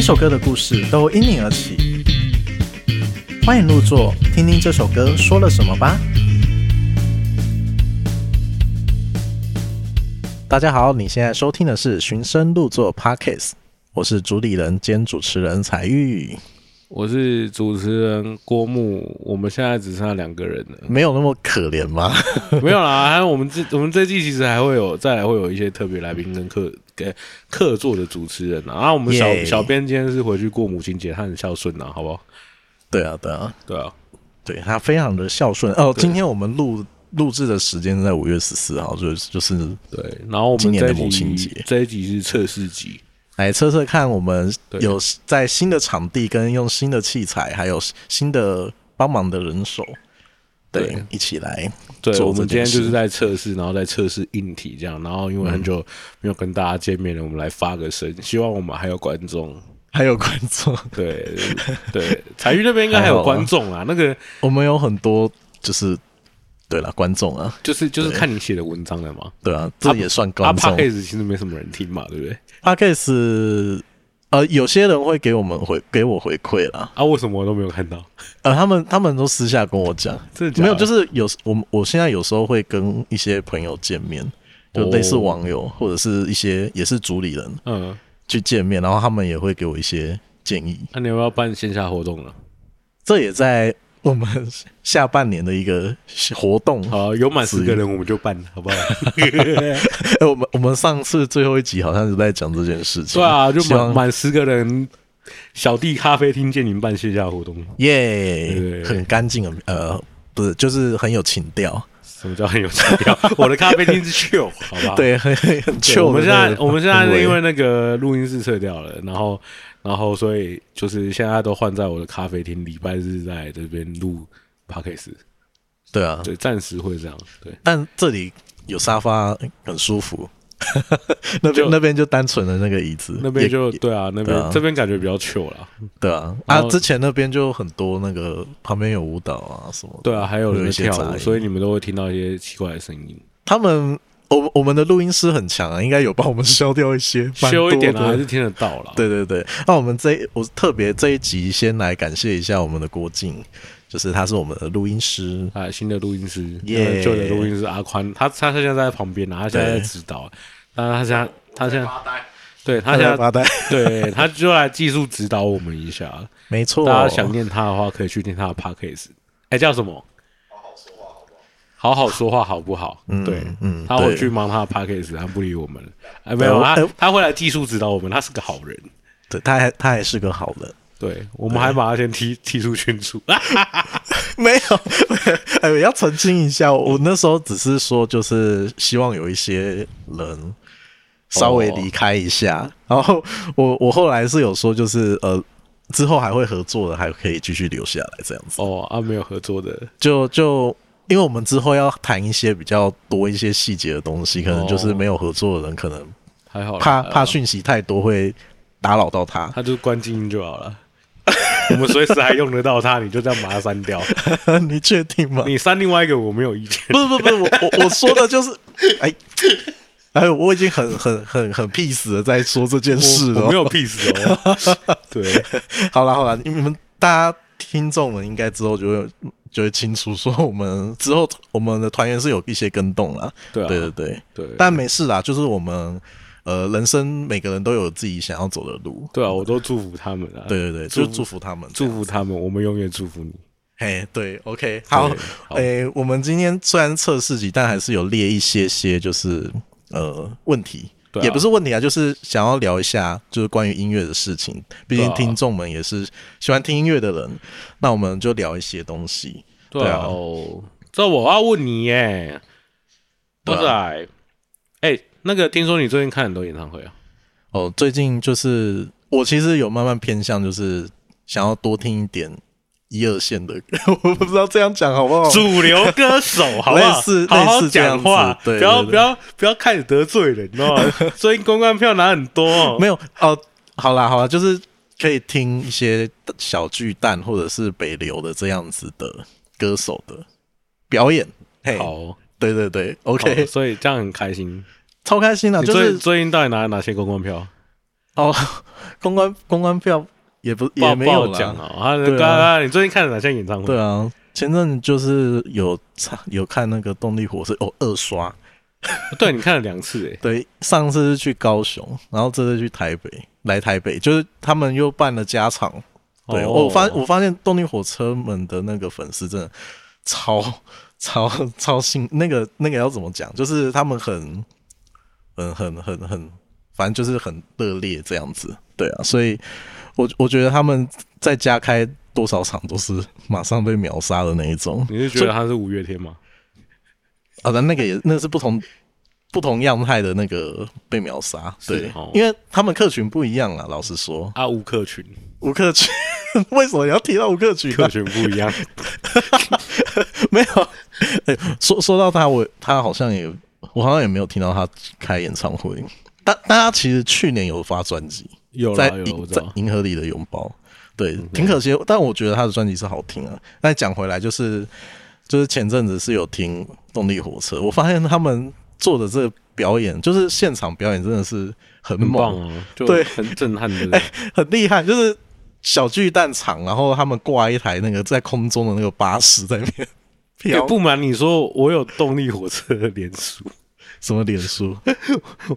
首歌的故事都因你而起。欢迎入座，听听这首歌说了什么吧。大家好，你现在收听的是《寻声入座》Podcast，我是主理人兼主持人彩玉，我是主持人郭牧，我们现在只剩下两个人了， 没有那么可怜吗？ 没有啦。还有我们这我们这季其实还会有再来会有一些特别来宾跟客跟客座的主持人啊。啊，我们小 Yeah 小编今天是回去过母亲节，他很孝顺啊，好不好？对啊，对啊，对啊，对他非常的孝顺哦。今天我们录录制的时间是在五月十四号，就是就是对。然后我今们年的这一集母亲节这一集是测试集，来测测看，我们对有在新的场地跟用新的器材，还有新的帮忙的人手，对，对一起来。对，做我这们今天件事嗯就是在测试，然后在测试硬体这样。然后因为很久没有跟大家见面了，我们来发个声，希望我们还有观众。还有观众，对 对，彩玉那边应该还还有好啊观众啊，那个。我们有很多就是对了，观众啊，就是就是看你写的文章了嘛。对啊，这也算啊观 p 众 o。d c a s 其实没什么人听嘛，对不对？ Podcast 呃，有些人会给我们回给我回馈啦，啊，为什么我都没有看到？呃，他们他们都私下跟我讲，真的假的没有，就是有时我我现在有时候会跟一些朋友见面，就类似哦网友、或者是一些也是主理人，嗯，去见面，然后他们也会给我一些建议。那、你要不要办线下活动了？这也在我们下半年的一个活动。好，有满至于十个人我们就办，好不 好？哎我们我们上次最后一集好像是在讲这件事情。对啊，就希满望满十个人，小弟咖啡厅见你们办线下活动。耶对，很干净的，呃，不是，就是很有情调，什么叫很有情 调？我的咖啡厅是 chill，好不好？对，很很很对 chill 我们的现那在个我们现在氛围是因为那个录音室撤掉了，然后然后所以就是现在都换在我的咖啡厅，礼拜日在这边录 podcast，对啊，对，暂时会这样，对。但这里有沙发很舒 服，那边就那边就单纯的那个椅子，那边也就对啊，那边、对啊这边感觉比较 chill 啦。对啊，然啊，后之前那边就很多那个旁边有舞蹈啊什么的，对啊，还有会有人一在些跳杂舞，音所以你们都会听到一些奇怪的声音，他们我我们的录音师很强啊，应该有帮我们消掉一 些，蛮修一点多啊，的还是听得到啦。对对对，那我们这一我特别这一集先来感谢一下我们的郭靖，就是他是我们的录音师，啊，新的录音师，耶呃旧的录音师阿宽，他他他现在在旁边啊，他现在在对指导，但是他现在他现在对他他现在在发呆，对他就来技术指导我们一下。没错，大家想念他的话，可以去听他的 podcast，哎，叫什么？好好说话好不好？嗯对，嗯他回对去忙他的 podcast，他不理我们了。哎，没有，哎他我他会来技术指导我们，他是个好人。对，他还他还是个好人， 对，我们还把他先踢踢出 群组。没有， 哎，我要澄清一下，我那时候只是说，就是希望有一些人稍微离开一下，然后我我后来是有说，就是呃，之后还会合作的，还可以继续留下来这样子，哦，啊，没有合作的，就就。因为我们之后要谈一些比较多一些细节的东西，可能就是哦没有合作的人，可能还好啦。怕还好啦怕，讯息太多会打扰到 他。他就是关静音就好了。 我们随时还用得到他，你就这样把他删 掉。你确定吗？你删另外一个，我没有意见。不是不是不是，我我我说的就是，哎哎，我已经很很很很 peace 的在说这件事我了。我没有 peace 哦。 对，好啦好啦，你们大家听众们应该之后就会就会清楚说，我们 之后我们的团员是有一些跟动啦。对啊对对对，对，但没事啦，就是我们呃，人生每个人都有自己想要走的路。对啊，我都祝福他们啊。对对对，就祝福他们，祝福他们，我们永远祝福你。嘿，对，OK，好对，好诶、我们今天虽然测试集，但还是有列一些些就是呃问题、对啊也不是问题啊，就是想要聊一下就是关于音乐的事情，毕竟对啊听众们也是喜欢听音乐的人，那我们就聊一些东西。对啊哦，这我要问你耶，对不啊仔，哎，那个听说你最近看很多演唱会啊？哦，最近就是我其实有慢慢偏向，就是想要多听一点一二线的， 我不知道这样讲好不好？主流歌手， 好不好？哦类似好类好似这样讲子话，对不要对对不要不要开始得罪人 哦。最近公关票拿很多、哦，没有哦，好啦好啦，就是可以听一些小巨蛋或者是北流的这样子的歌手的表演。嘿，好哦对对对好哦，OK，所以这样很开心。超开心的，啊你就最是最近到底拿了哪些公关票？哦， 公关公关票也不不好也没有不好啦讲哦。啊，对啊刚刚你最近看了哪项演唱会？对啊，前阵就是有差有看那个动力火车哦，二刷。哦对，你看了两次诶。对，上次是去高雄，然后这次去台北，来台北就是他们又办了加场。对、哦我发我发现动力火车们的那个粉丝真的超超超幸，那个那个要怎么讲？就是他们很很很很很，反正就是很热烈这样子。对啊，所以我我觉得他们在家开多少场都是马上被秒杀的那一种。你是觉得他是五月天吗？啊，但那个也那是不同不同样态的那个被秒杀，是对，哦因为他们客群不一样啊。老实说，啊，吴 克群，吴克群为什么要提到吴克群呢、 克群不一样。没有，哎说说到他，我他好像也我好像也没有听到他开演唱会。但但他其实去年有发专辑，有在啦有啦，银我知在道。嗯银河里的拥抱，对，挺可惜的。但我觉得他的专辑是好听啊。那讲回来，就是就是前阵子是有听动力火车，我发现他们做的这个表演，就是现场表演真的是很很猛，棒哦，就啊对哎很震撼的。很厉害，就是。小巨蛋场，然后他们挂一台那个在空中的那个巴士在那边也 飘，不瞒你说，我有动力火车的脸书，什么脸书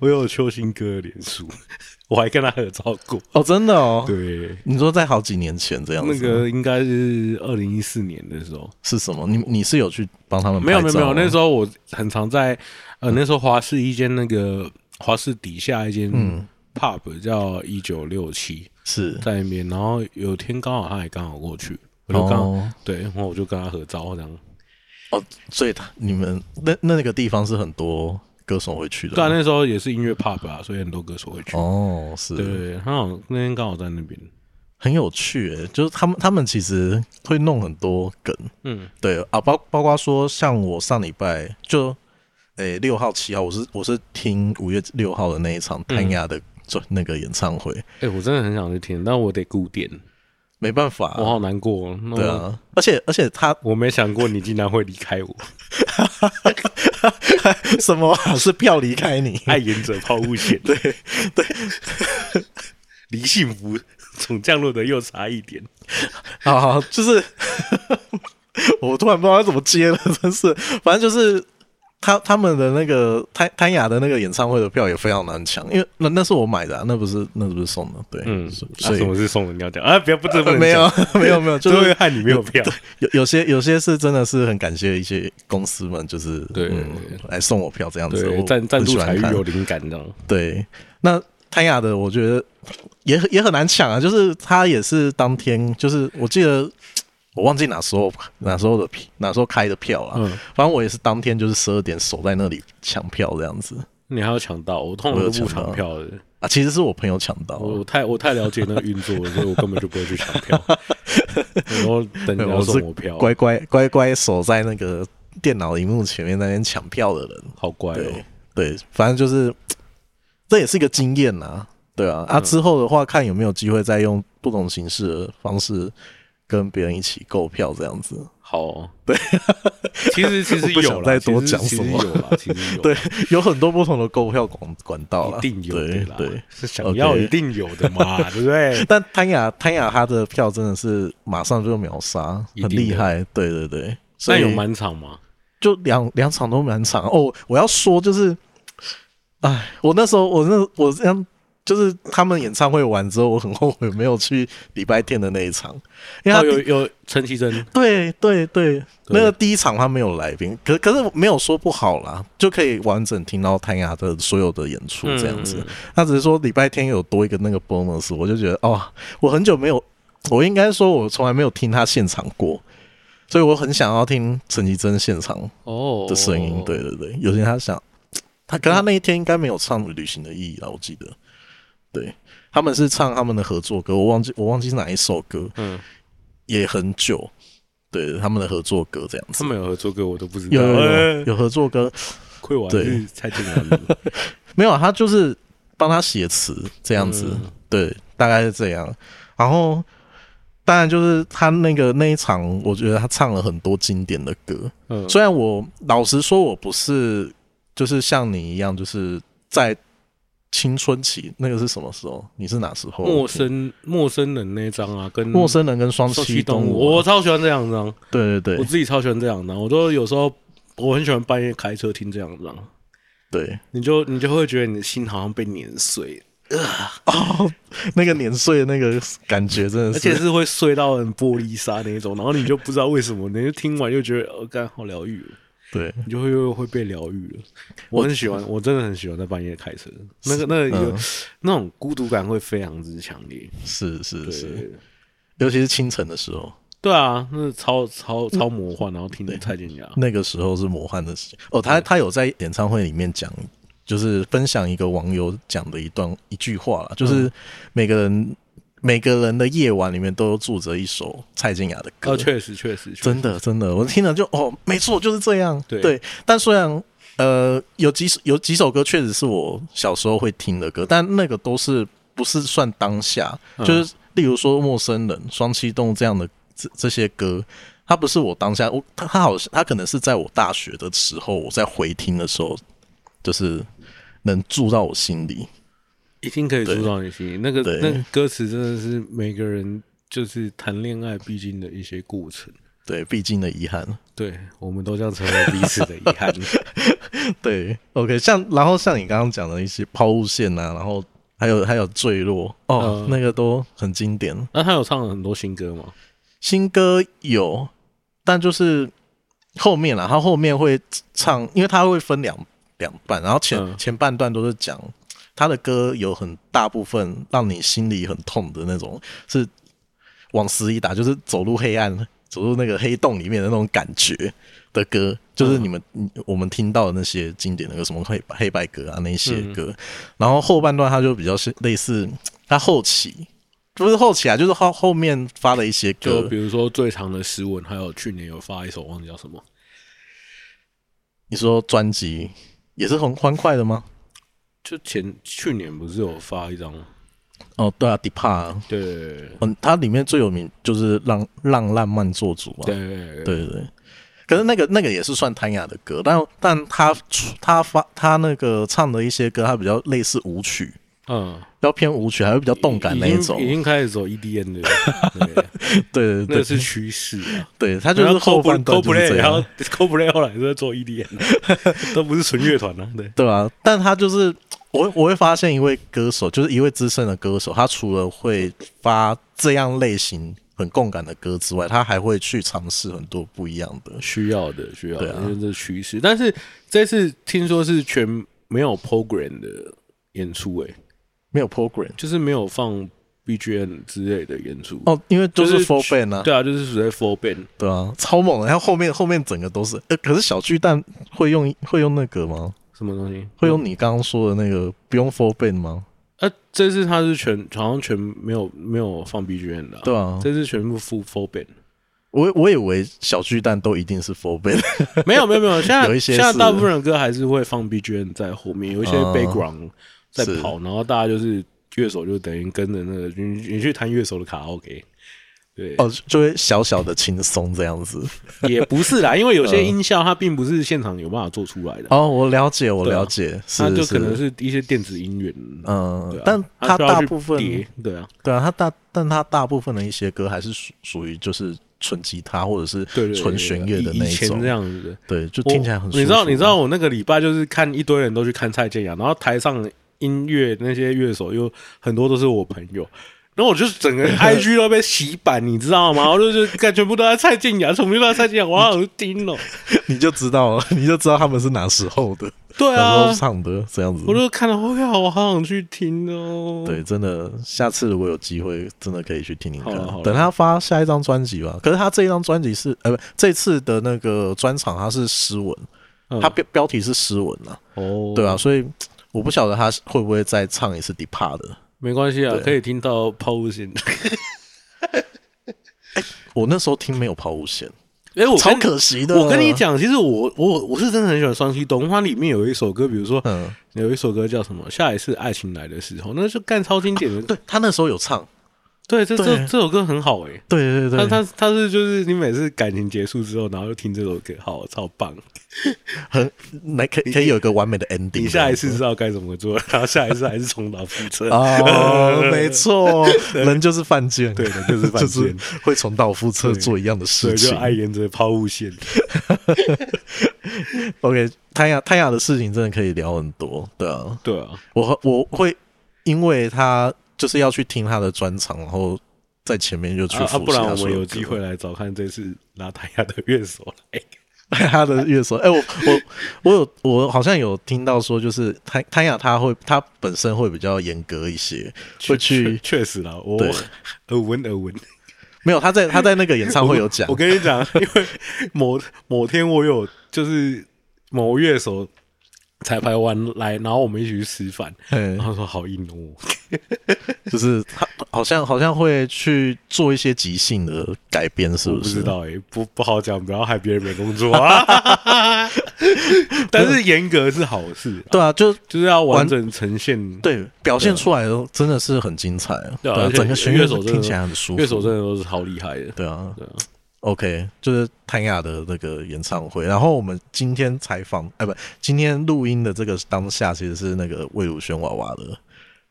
我有邱兴哥的脸书， 我还跟他合照过。哦，真的哦，对，你说在好几年前这样子，那个应该是二零一四年的时候，是什么？你你是有去帮他们没有没有没有，那时候候我很常在呃，那时候华视一间那个华视底下一间嗯 pub 叫一九六七是在那边，然后有天刚好他也刚好过去，我就刚、哦对，然后我就跟他合照这样。哦，所以他你们那那个地方是很多歌手会去的对啊，吗，那时候也是音乐 pub 啊，所以很多歌手会去。哦，对对是对，他好像那天刚好在那边。很有趣诶，就是他们他们其实会弄很多梗，嗯，对啊，包包括说像我上礼拜就诶六号七号，我是我是听五月六号的那一嗯场谭雅的专那个演唱会，哎、我真的很想去听，但我得顾店，没办法、啊我好难过。那我对啊，而且而且他 我没想过你竟然会离开 我，什么啊、是票离开你，爱言者抛物线。对对， 离幸福总降落的又差一点。好好，就是 我突然不知道要怎么接了， 真是，反正就是他他们的那个摊摊雅的那个演唱会的票也非常难抢，因为那那是我买的、啊，那不是那不是送的，对，嗯，所啊所以、什么是送人尿掉啊？不要不这不能讲没有 没有没有，就就会是害你没有票。有有些有些是真的是很感谢一些公司们，就是对嗯来送我票这样子，对，我赞赞很喜助欢才育看有灵感，这样。对，那谭雅的我觉得也很也很难抢啊，就是他也是当天，就是我记得我忘记哪时候哪时候的票哪时候开的票啊了，嗯反正我也是当天就是十二点守在那里抢票这样子你还要抢到，我通常都不我有抢抢到票的。啊，其实是我朋友抢到啊我了。我太我太了解那个运作了，所以我根本就不会去抢 票。然后对等人家我是送我票，乖乖乖乖守在那个电脑荧幕前面那边抢票的人，好乖哦对。对，反正就是这也是一个经验呐，对啊，嗯啊之后的话看有没有机会再用不同形式的方式跟别人一起购票这样子，好哦，对， 其实其实我不想有啦再多其实讲其实什么 有啦，其实有，对，有很多不同的购票管管道啦一定有对的啦，对。是想要 OK 一定有的 嘛，对不对？但谭雅谭雅她的票真的是马上就秒杀，一很定厉的害，对对对，所那以有满场吗？就两两场都蛮长哦。我要说就是，哎，我那时候我那我这样就是他们演唱会完之后，我很后悔没有去礼拜天的那一场，因为他哦，第、有有陈绮贞，对对对，那个第一场他没有来宾，可可是没有说不好啦，就可以完整听到谭雅的所有的演出这样子。嗯嗯他只是说礼拜天有多一个那个 bonus，我就觉得哦，我很久没有，我应该说我从来没有听他现场过，所以我很想要听陈绮贞现场哦的声音。对，对对，有些他想，他可他那一天应该没有唱《旅行的意义》啊啦，我记得。对，他们是唱他们的合作歌，我忘记我忘记是哪一首歌，嗯，也很久。对，他们的合作歌这样他子，们有合作歌，我都不知道。有有有哎有合作歌，亏我还对是蔡健雅的。没有啊，他就是帮他写词 这样子，嗯对，大概是这样。然后，当然就是他那个那一场，我觉得他唱了很多经典的歌，嗯，虽然我老实说，我不是就是像你一样，就是在青春期那个是什么时候？你是哪时候？嗯陌生陌生人那张啊，跟陌生人跟双双栖栖动动物，物我啊，超喜欢这两张，对对我对自己超喜欢这两张，我都有时候我很喜欢半夜开车听这两张，对， 你就你就会觉得你的心好像被碾碎，哦，那个年岁的那个感觉真而的且是，是会碎到很玻璃沙那一种，然后你就不知道为什么，你就听完就觉得，哦，干好疗愈哦，对你就会又会被疗愈了。我很喜欢，我真的很喜欢在半夜开车，那个那个有、嗯那种孤独感会非常之强烈。是是是，对，尤其是清晨的时候，对啊，那是超超超魔幻，然后听着蔡健雅，那个时候是魔幻的时间。哦，他他有在演唱会里面讲，就是分享一个网友讲的一段一句话啦，就是每个人每个人的夜晚里面都住着一首蔡健雅的歌哦，，确实确实，确实真的真的，我听了就哦，没错，就是这样。对但虽然呃有几首有几首歌确实是我小时候会听的歌，但那个都是不是算当下，嗯就是例如说《陌生人》《双栖动物》这样的这这些歌。它不是我当下，我它它好像它可能是在我大学的时候，我在回听的时候，就是能住到我心里。一定可以对触到你心里。那个对那个歌词真的是每个人就是谈恋爱必经的一些过程。对，毕竟的遗憾。对，我们都将成为彼此的遗憾。对，OK，像然后像你刚刚讲的一些抛物线啊，然后还有还有坠落哦，嗯那个都很经典。 那他有唱了很多新歌 吗？新歌有，但就是后面啦，他后面会唱，因为他会分两两半，然后前、嗯前半段都是讲他的歌有很大部分让你心里很痛的那种，是往死里打，就是走入黑暗，走入那个黑洞里面的那种感觉的歌，就是你们、你我们听到的那些经典的歌，什么黑黑白歌啊那些歌，然后后半段他就比较是类似他后期。不是后期啊，就是后后面发了一些歌就，比如说最长的诗文，还有去年有发一首忘记叫什么，你说专辑也是很欢快的吗？就前去年不是有发一张吗？哦，对啊，Depart，对嗯，它里面最有名就是让让浪漫做主嘛。对对对对。可是那个那个也是算谭雅的歌，但但他他发他那个唱的一些歌，他比较类似舞曲，嗯，比较偏舞曲，还会比较动感那一种已经已。经开始走 EDM 的了， 对，对对那对是趋势 啊。对，他就是后半段就是 Coldplay，这然后样， Coldplay 后来是在做 EDM，都不是纯乐团了，对，对吧、但他就是我我会发现一位歌手，就是一位资深的歌手，他除了会发这样类型很共感的歌之外，他还会去尝试很多不一样的。 需要的需要对的，啊因为这是趋势。但是这次听说是全没有 program 的演出，欸诶，没有 program 就是没有放 BGM 之类的演出。哦，因为都是就是 full band 啊，对啊，就是属于 four band，对啊，超猛的。然后后面后面整个都是，呃，可是小巨蛋会用会用那个吗？什么东西会用你刚刚说的那个不用 full band 吗？啊？这次他是全好像全没有没有放 BGM 的、对啊，这次全部 full four band， 我我以为小巨蛋都一定是 full band， 没有没有没有，现在有一些现在是大部分的歌还是会放 BGM 在后面，有一些嗯 background 在是跑，然后大家就是乐手就等于跟着那个你你去弹乐手的卡拉 OK，对，哦，就会小小的轻松这样子。 也不是啦，因为有些音效它并不是现场有办法做出来的，嗯哦，我了解，我对啊了解，是它就可能是是一些电子音源。嗯，对啊但它他需要大去部分叠对啊，对啊，他大但他大部分的一些歌还是属属于就是纯吉他或者是对对对纯弦乐的以那以一前种这，样子的，对，就听起来很我舒服。啊你知道，你知道我那个礼拜就是看一堆人都去看蔡健雅，然后台上音乐那些乐手又很多都是我朋友。然后我就是整个 IG 都被洗版，你知道吗？我就是感全部都在啊蔡健雅，全部都在蔡健雅，我好像 听哦。 你就知道了，你就知道他们是哪时候的，对哪时啊候，唱的这样子我。就看到，我靠，我好想去听哦。对，真的，下次如果有机会，真的可以去听听看好了好。了等他发下一张专辑吧。可是他这一张专辑是，呃，不，这次的那个专场他是诗文，嗯，他标标题是诗文啊，哦，对啊，，所以我不晓得他会不会再唱一次 Depart 的。没关系啊，对可以听到抛 物线。我那时候听没有抛物线，哎，我超跟可惜的。我跟你，讲，其实我我我是真的很喜欢双栖动物，它里面有一首歌，比如说嗯，有一首歌叫什么？下一次爱情来的时候，那就干超经典的。啊对他那时候有唱，对，这这对这首歌很好哎、欸，对对他对，他他是就是你每次感情结束之后，然后就听这首歌，好，超棒。很来可以可以有一个完美的 ending。你下一次知道该怎么做， 然后下一次还是重蹈 覆辙。 哦，没错，人就是犯贱，对人就是犯贱 就是会重蹈覆辙做一样的所事以就情。爱沿着抛物线。 OK，泰雅泰雅的事情真的可以聊很多，对啊，对啊，我我会因为他就是要去听他的专场，然后在前面就去复啊习、啊不然我们有有机会来找看这次拉塔亚的乐手来。他的乐手。哎、我我我有我好像有听到说，就是谭谭雅他会他本身会比较严格一些，会去确确实啦，我对耳闻耳闻。没有他在他在那个演唱会有讲我跟你讲，因为某某天我有就是某乐手彩排完来，然后我们一起去吃饭，嗯然，后说好硬哦，就是他好像好像会去做一些即兴的改编，是我不不是？啊知道哎、不不好讲，不要害别人没工作 啊。但是严格是好事，对啊，就就是要完整呈现。对表现出来的真的是很精彩啊，啊对啊啊而且整个旋律乐手真的听起来很舒服，乐手真的都是好厉害的，对啊对啊 OK，就是谭雅的那个演唱会。然后我们今天采访，哎，不，今天录音的这个当下，其实是那个魏如萱娃娃的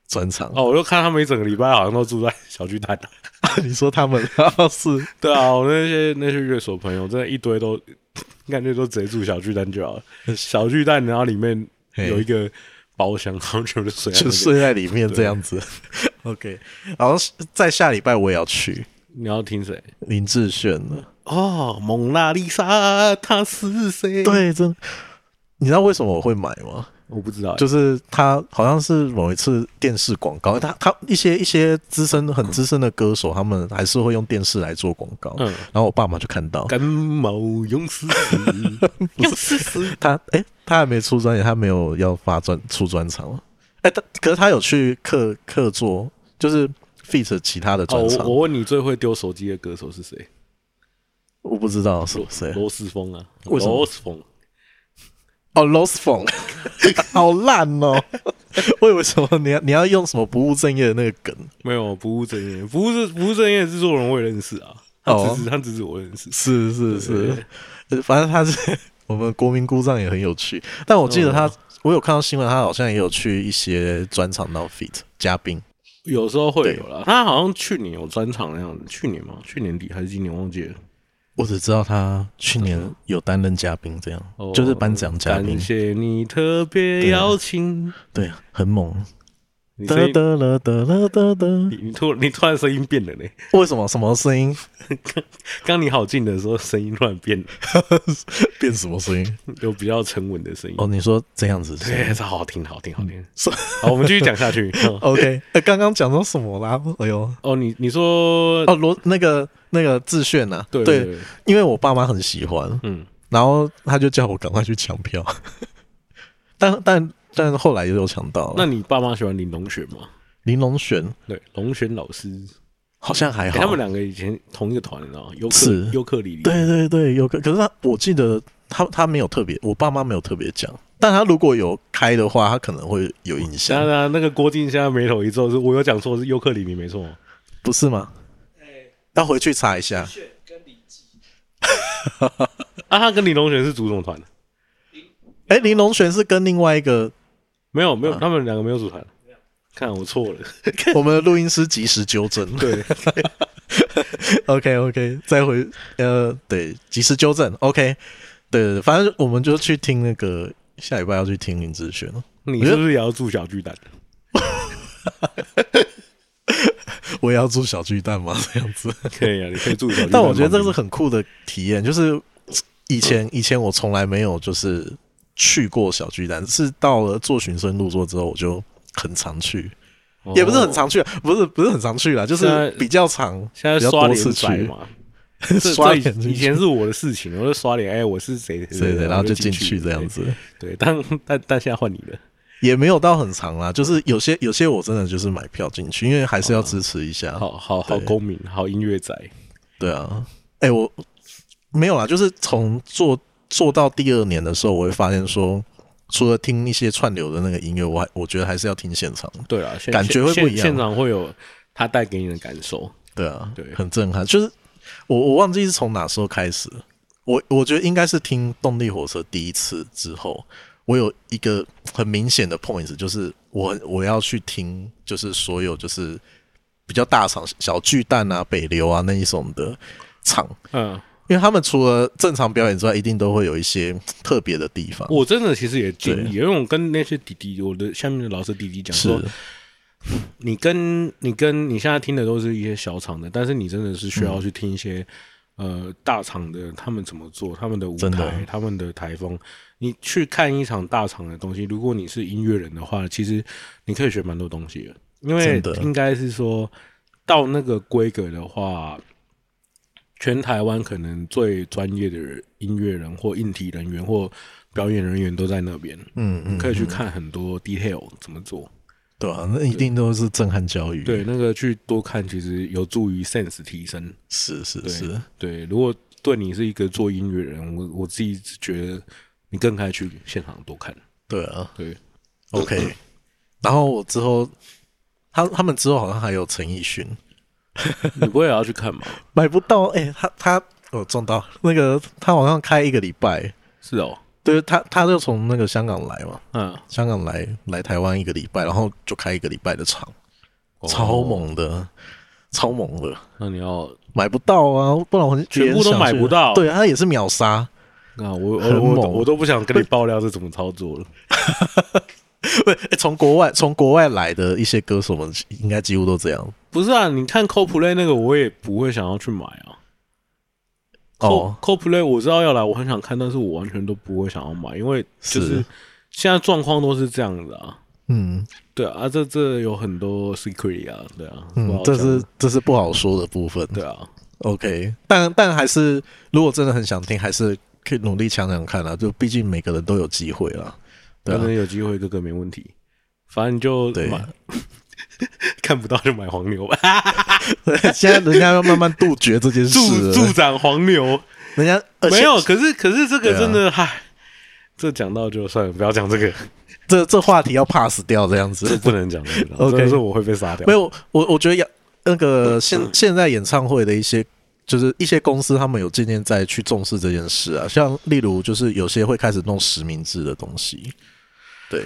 专场。哦，我就看他们一整个礼拜好像都住在小巨蛋。 啊你说他们哦是 对啊，我那些那些乐手朋友，真的一堆都 感觉都直接住小巨蛋就好了。小巨蛋，然后里面嘿有一个包厢，然后全部睡在那就边。睡在里面这样子。OK，然后 在下礼拜我也要去你要听谁？林志炫的。哦，蒙娜丽莎，她是谁？，对，真，你知道为什么我会买吗？我不知道欸，就是他好像是某一次电视广告，他他一些一些资深很资深的歌手，他们还是会用电视来做广告。嗯然后我爸妈就看到，感冒勇士， 勇士，他哎、他还没出专辑，他没有要发专出专场吗？哎、他可是他有去客客座，就是 feat 其他的哦，专我场，我我问你，最会丢手机的歌手是谁？不知道是谁。罗斯峰啊，为什么罗斯峰，哦，Lost Phone，好烂哦！ 为为什么你要你要用什么不务正业的那个梗？没有不务正业，不务正不务正业的制作人我也认识啊，他哦只是他只是我认识，是是是，呃反正他是我们国民姑丈也很有趣。但我记得他，哦我有看到新闻，他好像也有去一些专场当 feat 嘉宾。有时候会对有啦。他好像去年有专场那样子，去年嘛，去年底还是今年忘记了，我只知道他去年有担任嘉宾，这样、哦就是颁奖嘉宾感，谢你特别邀请，对，啊很猛。你哒声音，哒啦哒啦哒哒，你你突你突然声音变了呢。为什么什么声音刚你好近的时候，声音突然变了，变什么声音？有比较沉稳的声音。哦，嗯你说这样子是对，这好听，好听，好听。是好，我们继续讲 下去。嗯 OK？呃刚刚讲到什么啦？哎呦，哦，你你说，哦，罗那个那个志炫呐，对对，，因为我爸妈很喜欢，嗯，然后他就叫我赶快去抢票， 但但但后来也有抢到了。那你爸妈喜欢林龙雪吗？玲珑选对，龙轩老师，好像还欸好，他们两个以前同一个团，你知道吗？尤克是尤克里里，对对对，有个可是他我记得他他没有特别，我爸妈没有特别讲，但他如果有开的话，他可能会有印当象，啊然，那个郭靖现在眉头一皱，是我有讲错，是尤克里里没错吗。不是吗？要回去查一下。啊，他跟李龙泉是组什么团？哎，玲珑选是跟另外一 个没有，没有，他们两个没有组团。看我错了，我们的录音师及时纠正。对， OK OK，再回呃，对，及时纠正。OK，对对对，反正我们就去听那个下礼拜要去听林志炫了。 你是不是也要住小巨蛋？我也要住小巨蛋吗？这样 子，可以啊，你可以住 小巨蛋。但我觉得这个是很酷的体验，就是以前以前我从来没有就是去过小巨蛋，是到了做寻声入座之后，我就很常去，哦也不是很。常去，啊不是不是很常去啦，就现在是比较常，现在比较刷多脸次仔去，嘛，这这刷以脸以前是我的事情，我就刷脸，哎，我是谁谁对对，然后就进去去这样。子。对，对但 但但现在换你了。也没有到很长啦，就是有些有些我真的就是买票进去，因为还是要支持一下。哦好好好，对公民，好音乐仔。对啊，哎、我没有啦，就是从做做到第二年的时候，我会发现说，除了听一些串流的那个音乐，我还我觉得还是要听现场。对啊，现感觉会不一样现现场会有它带给你的感受。对啊，对很震撼。就是我我忘记是从哪时候开始，我我觉得应该是听动力火车第一次之后，我有一个很明显的 point，就是我我要去听，就是所有就是比较大场小巨蛋啊、北流啊那一种的场，嗯，因为他们除了正常表演之外，一定都会有一些特别的地方。我真的其实也建对议，因为我跟那些弟弟，我的下面的老师弟弟讲是说，你跟你跟你现在听的都是一些小厂的，但是你真的是需嗯要去听一些、呃大厂的，他们怎么做，他们的舞真的台，他们的台风。你去看一场大厂的东西，如果你是音乐人的话，其实你可以学蛮多东西的，因为真的应该是说到那个规格的话。全台湾可能最专业的人音乐人或应体人员或表演人员都在那边，嗯嗯，可以去看很多 detail 怎么做。对啊，那一定都是震撼教育。对，，那个去多看，其实有助于 sense 提升。是是对是，对，如果对你是一个做音乐人，我我自己是觉得你更该去现场多看。对啊 对， ，OK。然后我之后，他他们之后好像还有陈奕迅，你不会也要去看吗？买不到，哎、他他我撞到那个，他好像开一个礼拜， 是哦，对他他就从那个香港来嘛，嗯，香港来来台湾一个礼拜，然后就开一个礼拜的场，超哦。猛的，超猛的。那你要买不到啊，不然我很全部也很都想去买不到对，他也是秒杀， 啊，我很我我猛我都不想 跟你爆料是怎么操作了。不是哎从国外从国外来的一些歌手们，应该几乎都这样。不是啊，你看 CoPlay 那个，我也不会想要去买啊。哦， Co-，CoPlay 我知道要来，我很想看，但是我完全都不会想要买，因为就是是现在状况都是这样子啊。嗯对啊，啊这这有很多 secret 啊，对啊，不嗯好，这讲是这是不好说的部 分。对啊， OK，但但还是，如果真的很想听，还是可以努力抢抢看啦。啊就毕竟每个人都有机会啦。对可啊 能有机会哥哥没问题，反正你就对买， 看不到就买黄牛吧， 现在人家要慢慢杜绝这件事 助助了，长黄牛人家而且没有，可是可是这个对啊真的 嗨、这讲到就算了，不要讲这个，这这话题要 pass 掉这样这子。不能讲这个， OK 真的是我会被杀掉没。有，我我觉得要那个现现在演唱会的一些。就是一些公司，他们有渐渐在去重视这件事啊，像例如就是有些会开始弄实名制的东西，对，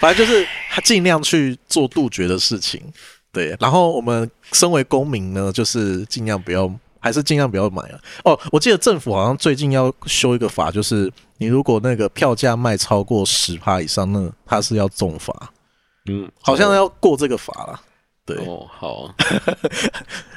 反正就是他尽量去做杜绝的事情，对。然后我们身为公民呢，就是尽量不要，还是尽量不要买啊。哦，我记得政府好像最近要修一个法，就是你如果那个票价卖超过十趴以上，那它是要重罚，嗯，好像要过这个法啦。对，哦，好啊，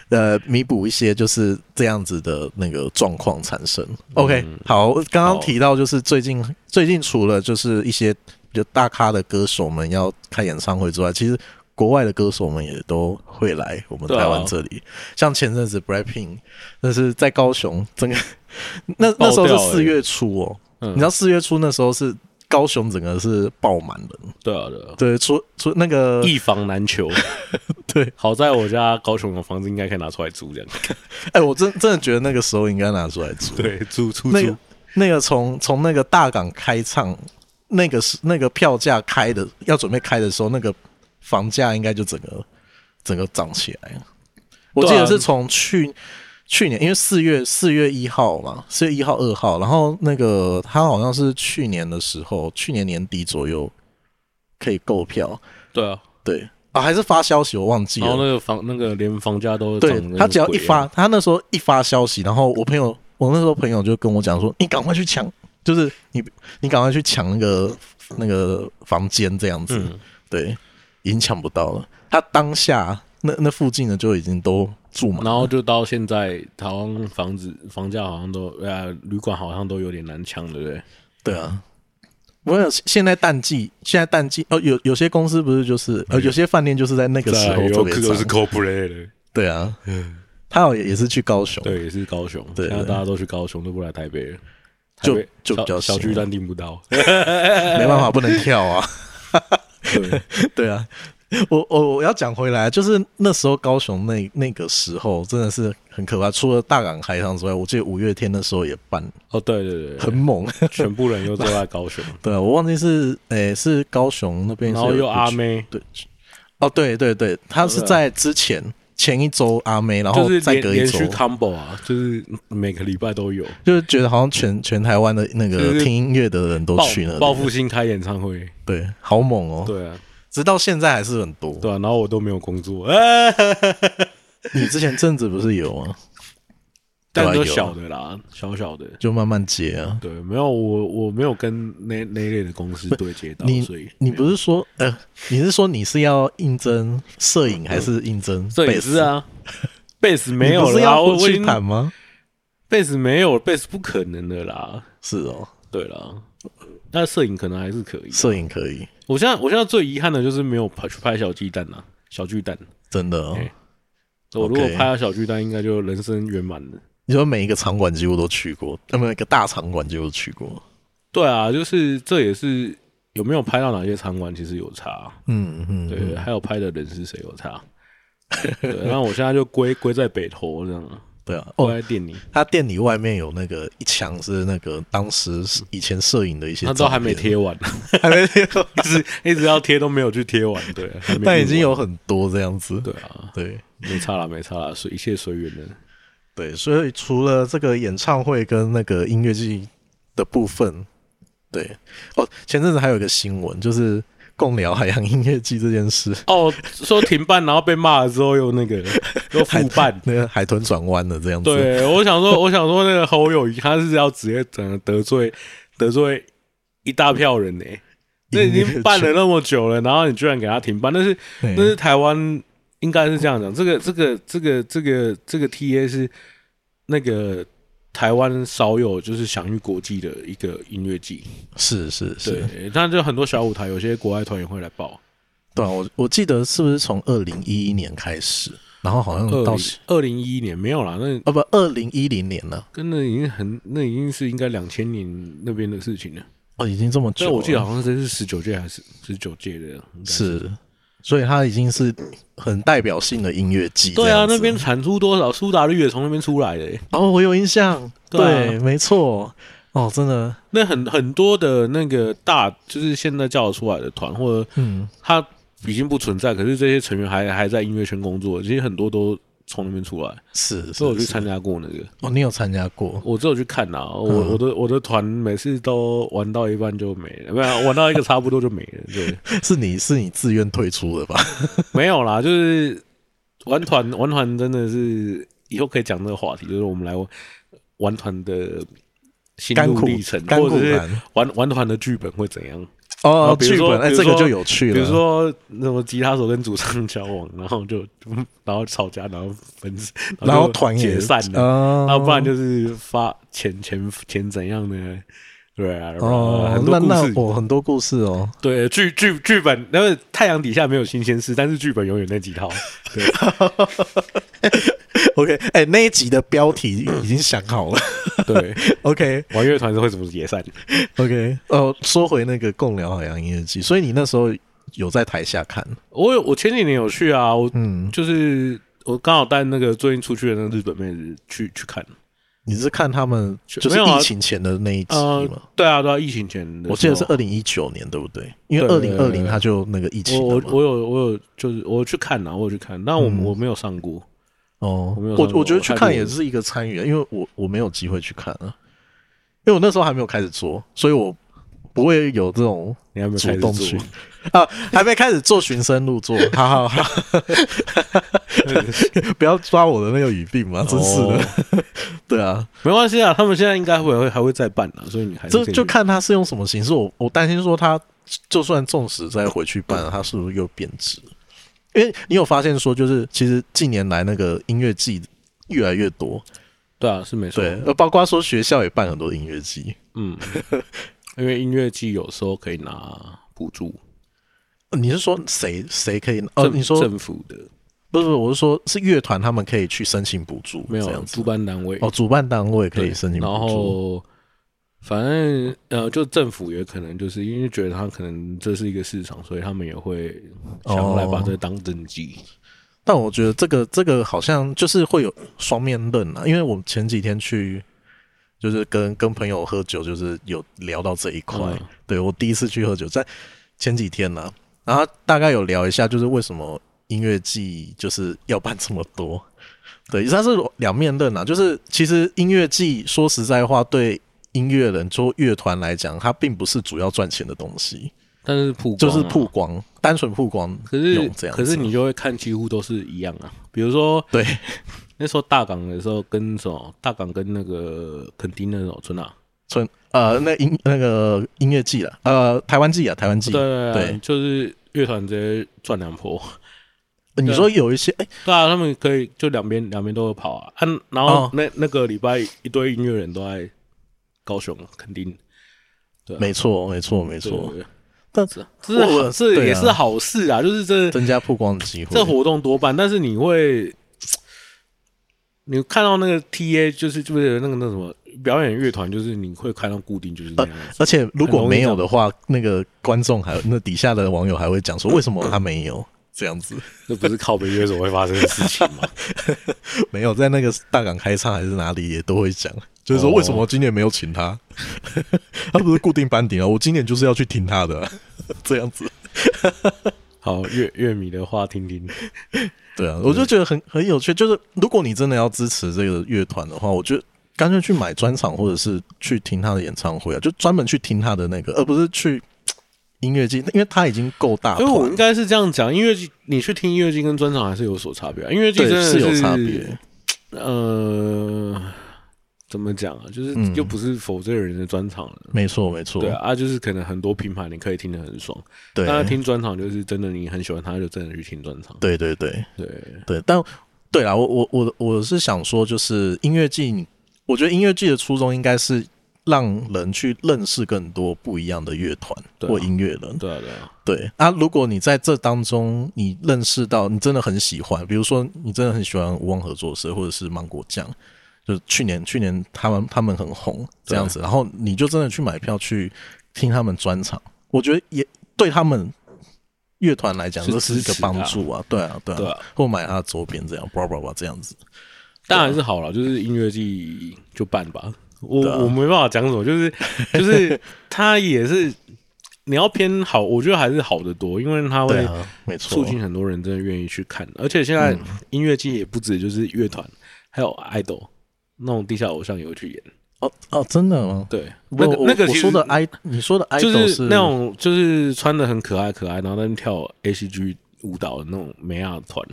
呃，弥补一些就是这样子的那个状况产生。OK，好，刚刚提到就是最近最近除了就是一些比较大咖的歌手们要开演唱会之外，其实国外的歌手们也都会来我们对啊台湾这里。像前阵子 Blackpink，那是在高雄， 整个那那时候是爆掉欸四月初哦，嗯你知道四月初那时候是高雄整个是爆满人，对啊，对啊， 对，除除那个一房难求。 对，好在我家高雄的房子应该可以拿出来租，这样哎、我真真的觉得那个时候应该拿出来做。 对，租出那租个。那个从从那个大港开唱，那个是那个票价开的，要准备开的时候，那个房价应该就整个整个涨起来了。我记对得啊是从去、去年，因为四月四月一号嘛，四月一号二号，然后那个他好像是去年的时候，去年年底左右可以购票，对啊，对啊，还是发消息我忘记了，然后那个房那个连房价都对涨得他只要跟一鬼样啊发，，他那时候一发消息，然后我朋友，我那时候朋友就跟我讲说，你赶快去抢，就是你你赶快去抢那个那个房间这样子，嗯对，已经抢不到了。他当下那那附近的就已经都住满，然后就到现在，台湾房子房价好像都呃旅馆好像都有点难抢，对不对？对啊。我有现在淡季，现在淡季哦，有有些公司不是就是嗯呃，有些饭店就是在那个时候特别又是涨， CoPlay 的，对啊，他好像也是去高雄，对，也是高雄，对现在大家都去高雄，都不来台北了，就台北就比较小小闲巨蛋订不到， 没办法，不能跳啊。对，对啊，我我我要讲回来，就是那时候高雄那那个时候真的是很可怕，除了大港开唱之外，我记得五月天那时候也办，哦，对对对很对， 猛。全部人又都在高雄，对啊，我忘记是诶、是 高雄那边，然后又阿，妹，对，哦对对对，他是对啊在之前前一周阿妹，然就后是再连隔一连周续，combo 啊，就是每个礼拜都有。就是觉得好像全全台湾的那就个是听音乐的人都报去那里，报复性开演唱会，对，好猛哦、对啊，直到现在还是很多。对啊，然后我都没有工作，啊、你之前阵子不是有吗？但对啊都有小的啦，小小的。就慢慢接啊。对，没有我，我没有跟那那一类的公司对接到，你所以你不是说呃，你是说你是要应征摄影还是应征嗯摄影师啊，贝贝斯斯？没有你不是了啦，要我过我已去经谈吗？贝斯没有，贝斯不可能的啦，是哦，对啦，那摄影可能还是可以。摄影可以，我现在我现在最遗憾的就是没有拍去拍小鸡蛋啦，小巨蛋。真的、哦。哎我如果 OK 拍到小巨蛋，应该就人生圆满了。你说每一个场馆几乎都去过，那么一个大场馆就去过。对啊，就是这也是有没有拍到哪些场馆，其实有差。嗯嗯，对，还有拍的人是谁有差。对， 然后我现在就归归在北投这样啊，对啊。归哦，在店里，他店里外面有那个一墙是那个当时以前摄影的一些，他都还没，贴完， 还没贴，一直一直要贴都没有去贴完，对，还没但录已经有完很多这样子。对啊，对没差啦，没差啦，随一切随缘的。对，所以除了这个演唱会跟那个音乐季的部分，对哦，前阵子还有一个新闻，就是共聊海洋音乐季这件事，哦，说停办，然后被骂了之后又 那个又复办。那个海豚转弯的这样子，对，我想说，我想说那个侯友谊他是要直接整个得罪得罪一大票人 呢、那已经办了那么久了，然后你居然给他停办，但是对，那是台湾应该是这样讲，这个这个这个这个这个 TA 是那个台湾少有就是享誉国际的一个音乐季，是是是，对，那就很多小舞台，有些国外团也会来报。对啊，我我记得是不是从二零一一年开始，然后好像二到零二零一一年没有啦，那哦不二零一零年了，跟那已经很，那已经是应该两千年那边的事情了。哦已经这么久但了，我记得好像真是十九届还是十九届的，应该是，所以它已经是很代表性的音乐季这对啊样，子，那边产出多少苏打绿也从那边出来的、欸哦我有印象，对啊对，没错，哦真的，那很很多的那个大，就是现在叫得出来的团，或者嗯。他已经不存在，可是这些成员还还在音乐圈工作，其实很多都从那边出来。是，所以我是去参加过那个，哦，你有参加过？我只有去看啊，我嗯我的我的团每次都玩到一半就没了，没有玩到一个差不多就没了， 对。 是你是你自愿退出的吧？没有啦，就是玩团玩团真的是以后可以讲这个话题，就是我们来玩玩团的心甘路苦历程，甘或苦者是谈玩玩团的剧本会怎样？ 哦后，比如剧说本哎，比这如个就说有趣比了。如说什么吉他手跟主唱交往，然后就 然后吵架，然后分，然后就团也解散了，哦要不然就是发钱钱钱怎样呢？对啊，然后哦很，那多故那事。我很多故事 哦，对，剧剧剧本，那个太阳底下没有新鲜事，但是剧本永远那几套。 对， OK，哎、那一集的标题已经想好了。 对， OK，OK，、玩乐团是会怎么解散？哦，说回那个共聊海洋音乐季，所以你那时候有在台下看，我有，我前几年有去啊，我嗯，就是我刚好带那个最近出去的那个日本妹子去去看。你是看他们就是没有啊疫情前的那一集呃吗？，对啊，对啊，疫情前的时候，我记得是二零一九年，对不对？因为二对零对二对零对他就那个疫情我了嘛我我有我有就是我有去看呐、啊，我有去看，但我、嗯我没有上过。哦，我没有我上过我觉得我去看看过也是一个参与啊，因为我我没有机会去看啊，因为我那时候还没有开始做，所以我不会有这种你还没有开主始动做去啊，还没开始做寻声入座，好好好， 不要抓我的那个语病嘛，真是的，哦 对啊，没关系啊，他们现在应该会会还会再办啊，所以你还是这可以就看他是用什么形式，我我担心说他就算纵使再回去办，他是不是又贬值？因为你有发现说，就是其实近年来那个音乐季越来越多，对啊，是没错。对，呃，包括说学校也办很多音乐季， 嗯，因为音乐季有时候可以拿补助，你是说谁谁可以？呃，政你说政府的不是，不是我是说，是乐团他们可以去申请补助，没这有样子主办单位哦，主办单位可以对申请补然助，后反正呃，就政府也可能就是因为觉得他可能这是一个市场，所以他们也会想要哦来把这当政绩。但我觉得这个这个好像就是会有双面刃啊，因为我们前几天去。就是跟跟朋友喝酒，就是有聊到这一块。嗯啊对我第一次去喝酒，在前几天呢、然后大概有聊一下，就是为什么音乐季就是要办这么多。 对，它是两面刃啊，就是其实音乐季说实在话，对音乐人做乐团来讲，它并不是主要赚钱的东西，但是曝就光啊是曝光，单纯曝光可用是这样子。啊可是你就会看，几乎都是一样啊。比如说对那时候大港的时候，跟什么大港跟那个垦丁那种村啊，纯呃那音那个音乐季了，呃台湾季啊台湾季，对对对对，就是乐团直接赚两波。你说有一些哎、对啊，他们可以就两边两边都有跑啊。啊然哦后那、那个礼拜一堆音乐人都在高雄，垦丁。没错没错没对错，，对对但这是我好这对啊也是好事啊，就是这增加曝光的机会。这活动多办，但是你会，你看到那个 TA 就是就是那个那什么表演乐团，就是你会看到固定就是那样 子。而且如果没有的话，那个观众还那底下的网友还会讲说，为什么他没 有这样子？这不是靠背乐手会发生的事情吗？没有在那个大港开唱还是哪里也都会讲，就是说哦为什么我今年没有请他？ 他不是固定班底啊，我今年就是要去听他的啊、 这样子。 好，乐乐迷的话听听，对啊，我就觉得很很有趣。就是如果你真的要支持这个乐团的话，我觉得干脆去买专场，或者是去听他的演唱会啊，就专门去听他的那个，而不是去音乐季，因为他已经够大因团为我应了，该是这样讲，音乐剧你去听音乐剧跟专场还是有所差别、啊，音乐剧真对，的啊是有差别。呃，怎么讲啊？就是嗯又不是否这个人的专场了。没错，没错，对啊，啊就是可能很多品牌你可以听得很爽，对大家听专场就是真的，你很喜欢他就真的去听专场。对对对对，对，但对啦，我我我我是想说，就是音乐季，你我觉得音乐季的初衷应该是让人去认识更多不一样的乐团对啊或音乐人。对啊，对啊，对啊，如果你在这当中你认识到你真的很喜欢，比如说你真的很喜欢无望合作社或者是芒果酱，就是去年去年他们他们很红这样子，然后你就真的去买票去听他们专场，我觉得也对他们乐团来讲是这是一支个持帮啊助啊，对啊对对啊啊，或买他的周边这样，叭叭叭这样子，当然是好了，就是音乐季就办吧。我、对啊我没办法讲什么，就是 就是他也是你要偏好，我觉得还是好的多，因为他对会啊，没促错，进很多人真的愿意去看，而且现在音乐季也不止就是乐团，还有 idol 那种地下偶像也会去演。哦哦，真的吗？对，我那个我那个我其实说的 i，你说的 i 就是是那种就是穿的很可爱可爱，然后在那边跳 H G 舞蹈的那种美亚团，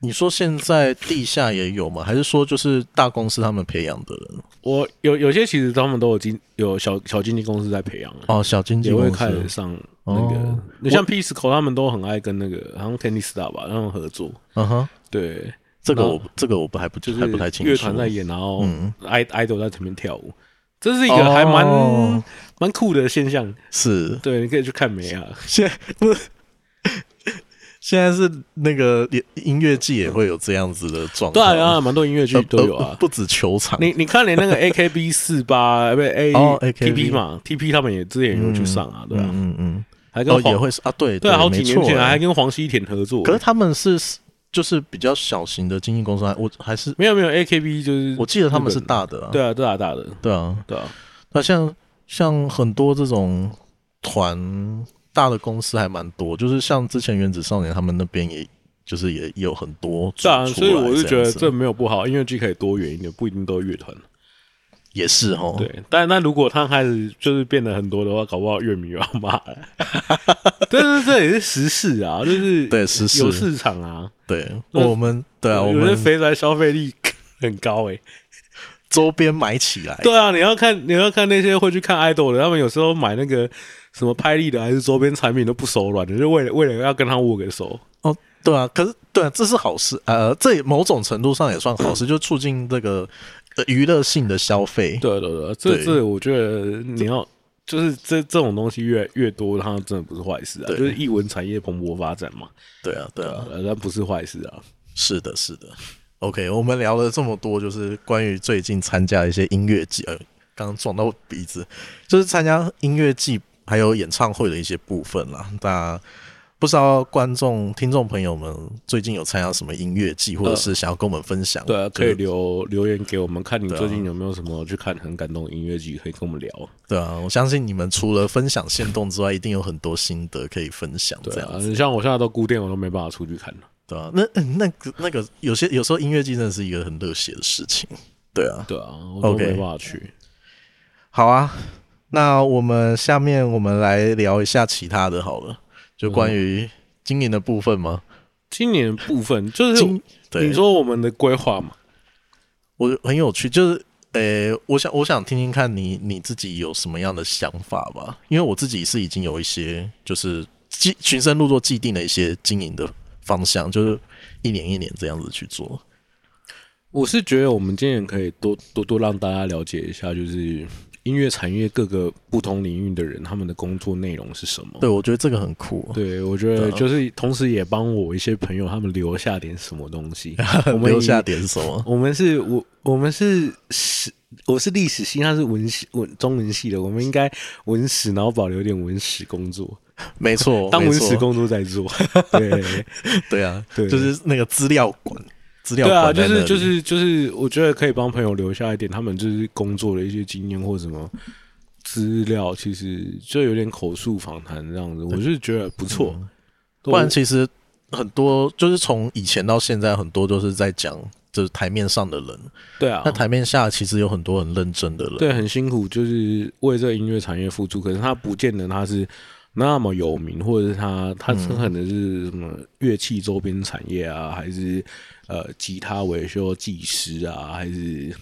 你说现在地下也有吗？还是说就是大公司他们培养的人？我有有些其实他们都有经有小小经纪公司在培养，哦，小经纪也会公看得司，上那个哦。你像 Pisco 他们都很爱跟那个好像 Candy Star 吧，他们合作。嗯哼，对，这个然后我这个我不还不就是还不太清楚。乐团在演，然后嗯 i idol 在前面跳舞，这是一个还蛮哦蛮、酷的现象。 是对，你可以去看美啊亚。现在不是 现在是那个也音乐季也会有这样子的状对况，啊，啊蛮多音乐剧呃，都有呃啊。不止球场，嗯你你看，连那个 AKB 四八 不是 A 哦 AKB TP 嘛，TP 他们也之前也有去上啊，对啊，嗯嗯还嗯，哦跟也黄会是啊，对对啊，好几年前啊还还，跟黄西田合作。可是他们是就是比较小型的经纪公司，还我还是没有没有 AKB 就是我记得他们是日本大的的啊，对啊，大大的对啊，对啊，那像像很多这种团大的公司还蛮多，就是像之前原子少年他们那边也，就是也也有很多组对啊，出所以来我是样觉得子这没有不好，音乐剧可以多元一点，不一定都乐团。也是哦，对，但那如果他开始就是变得很多的话，搞不好乐迷又要骂 了。但是这也是时事啊，就是对时事有市场啊。对，那我们对啊，我有些们肥宅消费力 很高诶、欸周边买起来，对啊，你要看你要看那些会去看 idol 的，他们有时候买那个什么拍立的还是周边产品都不手软的，就为了为了要跟他握个手。哦，对啊，可是对啊，这是好事，呃，这也某种程度上也算好事，就促进这个呃娱乐性的消费，对啊对对，这对这我觉得你要就是这这种东西越越多，它真的不是坏事啊，对就是艺文产业蓬勃发展嘛，对啊，对啊，呃，但不是坏事啊。是的，是的。OK，我们聊了这么多，就是关于最近参加一些音乐季，呃，刚刚撞到鼻子，就是参加音乐季还有演唱会的一些部分啦。那不知道观众、听众朋友们最近有参加什么音乐季，或者是想要跟我们分享？呃对啊，就可是以留留言给我们，看你啊最近有没有什么去看很感动的音乐剧，可以跟我们聊。对啊，我相信你们除了分享线动之外，一定有很多心得可以分享。对这啊样，子，你像我现在都固定，我都没办法出去看了。对啊，那嗯那个那个有些有时候音乐季真的是一个很热血的事情，对啊，对啊，我都 OK 没办法去。好啊，那我们下面我们来聊一下其他的好了，就关嗯于经营的部分吗？今年的部分就是经对，你说我们的规划嘛，我很有趣，就是呃、我想我想听听看你你自己有什么样的想法吧，因为我自己是已经有一些就是既寻声入座既定的一些经营的方向，就是一年一年这样子去做。我是觉得我们今年可以多多多让大家了解一下，就是音乐产业各个不同领域的人他们的工作内容是什么。对，我觉得这个很酷。对，我觉对得啊就是同时也帮我一些朋友他们留下点什么东 西。我们留下以点是什么？我们是我我们是史，我是历史系，他是文系文中文系的，我们应该文史，然后保留点文史工作，没错，当文哦没错史工作 在做。对对啊，对就是那个资料馆，资料对啊，馆就在那是里就是就是，我觉得可以帮朋友留下一点他们就是工作的一些经验或什么资料，其实就有点口述访谈这样子，我是觉得不错。嗯不然其实很多就是从以前到现在，很多都是在讲就是台面上的人，对啊，那台面下其实有很多很认真的人。对，很辛苦，就是为这音乐产业付出。可是他不见得他是那么有名，或者是他他嗯可能是什么乐器周边产业啊，还是呃吉他维修技师啊，还是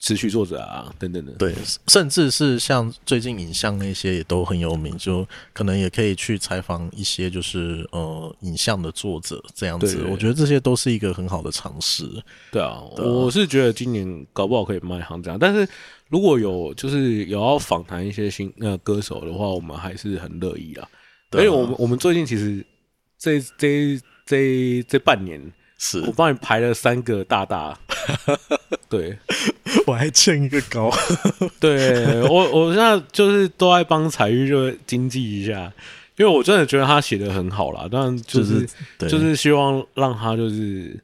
词曲作者啊等等的。对，甚至是像最近影像那些也都很有名，就可能也可以去采访一些就是呃影像的作者这样子对。对我觉得这些都是一个很好的尝试。对啊，对啊我是觉得今年搞不好可以卖行这样，但是如果有就是有要访谈一些新呃歌手的话，我们还是很乐意啦。对啊而且我们我们最近其实这这这这半年， 是我帮你排了三个大大，对我还欠一个高，对，我我现在就是都在帮彩玉就经济一下，因为我真的觉得他写的很好啦，但 就、就是是对就是希望让他就是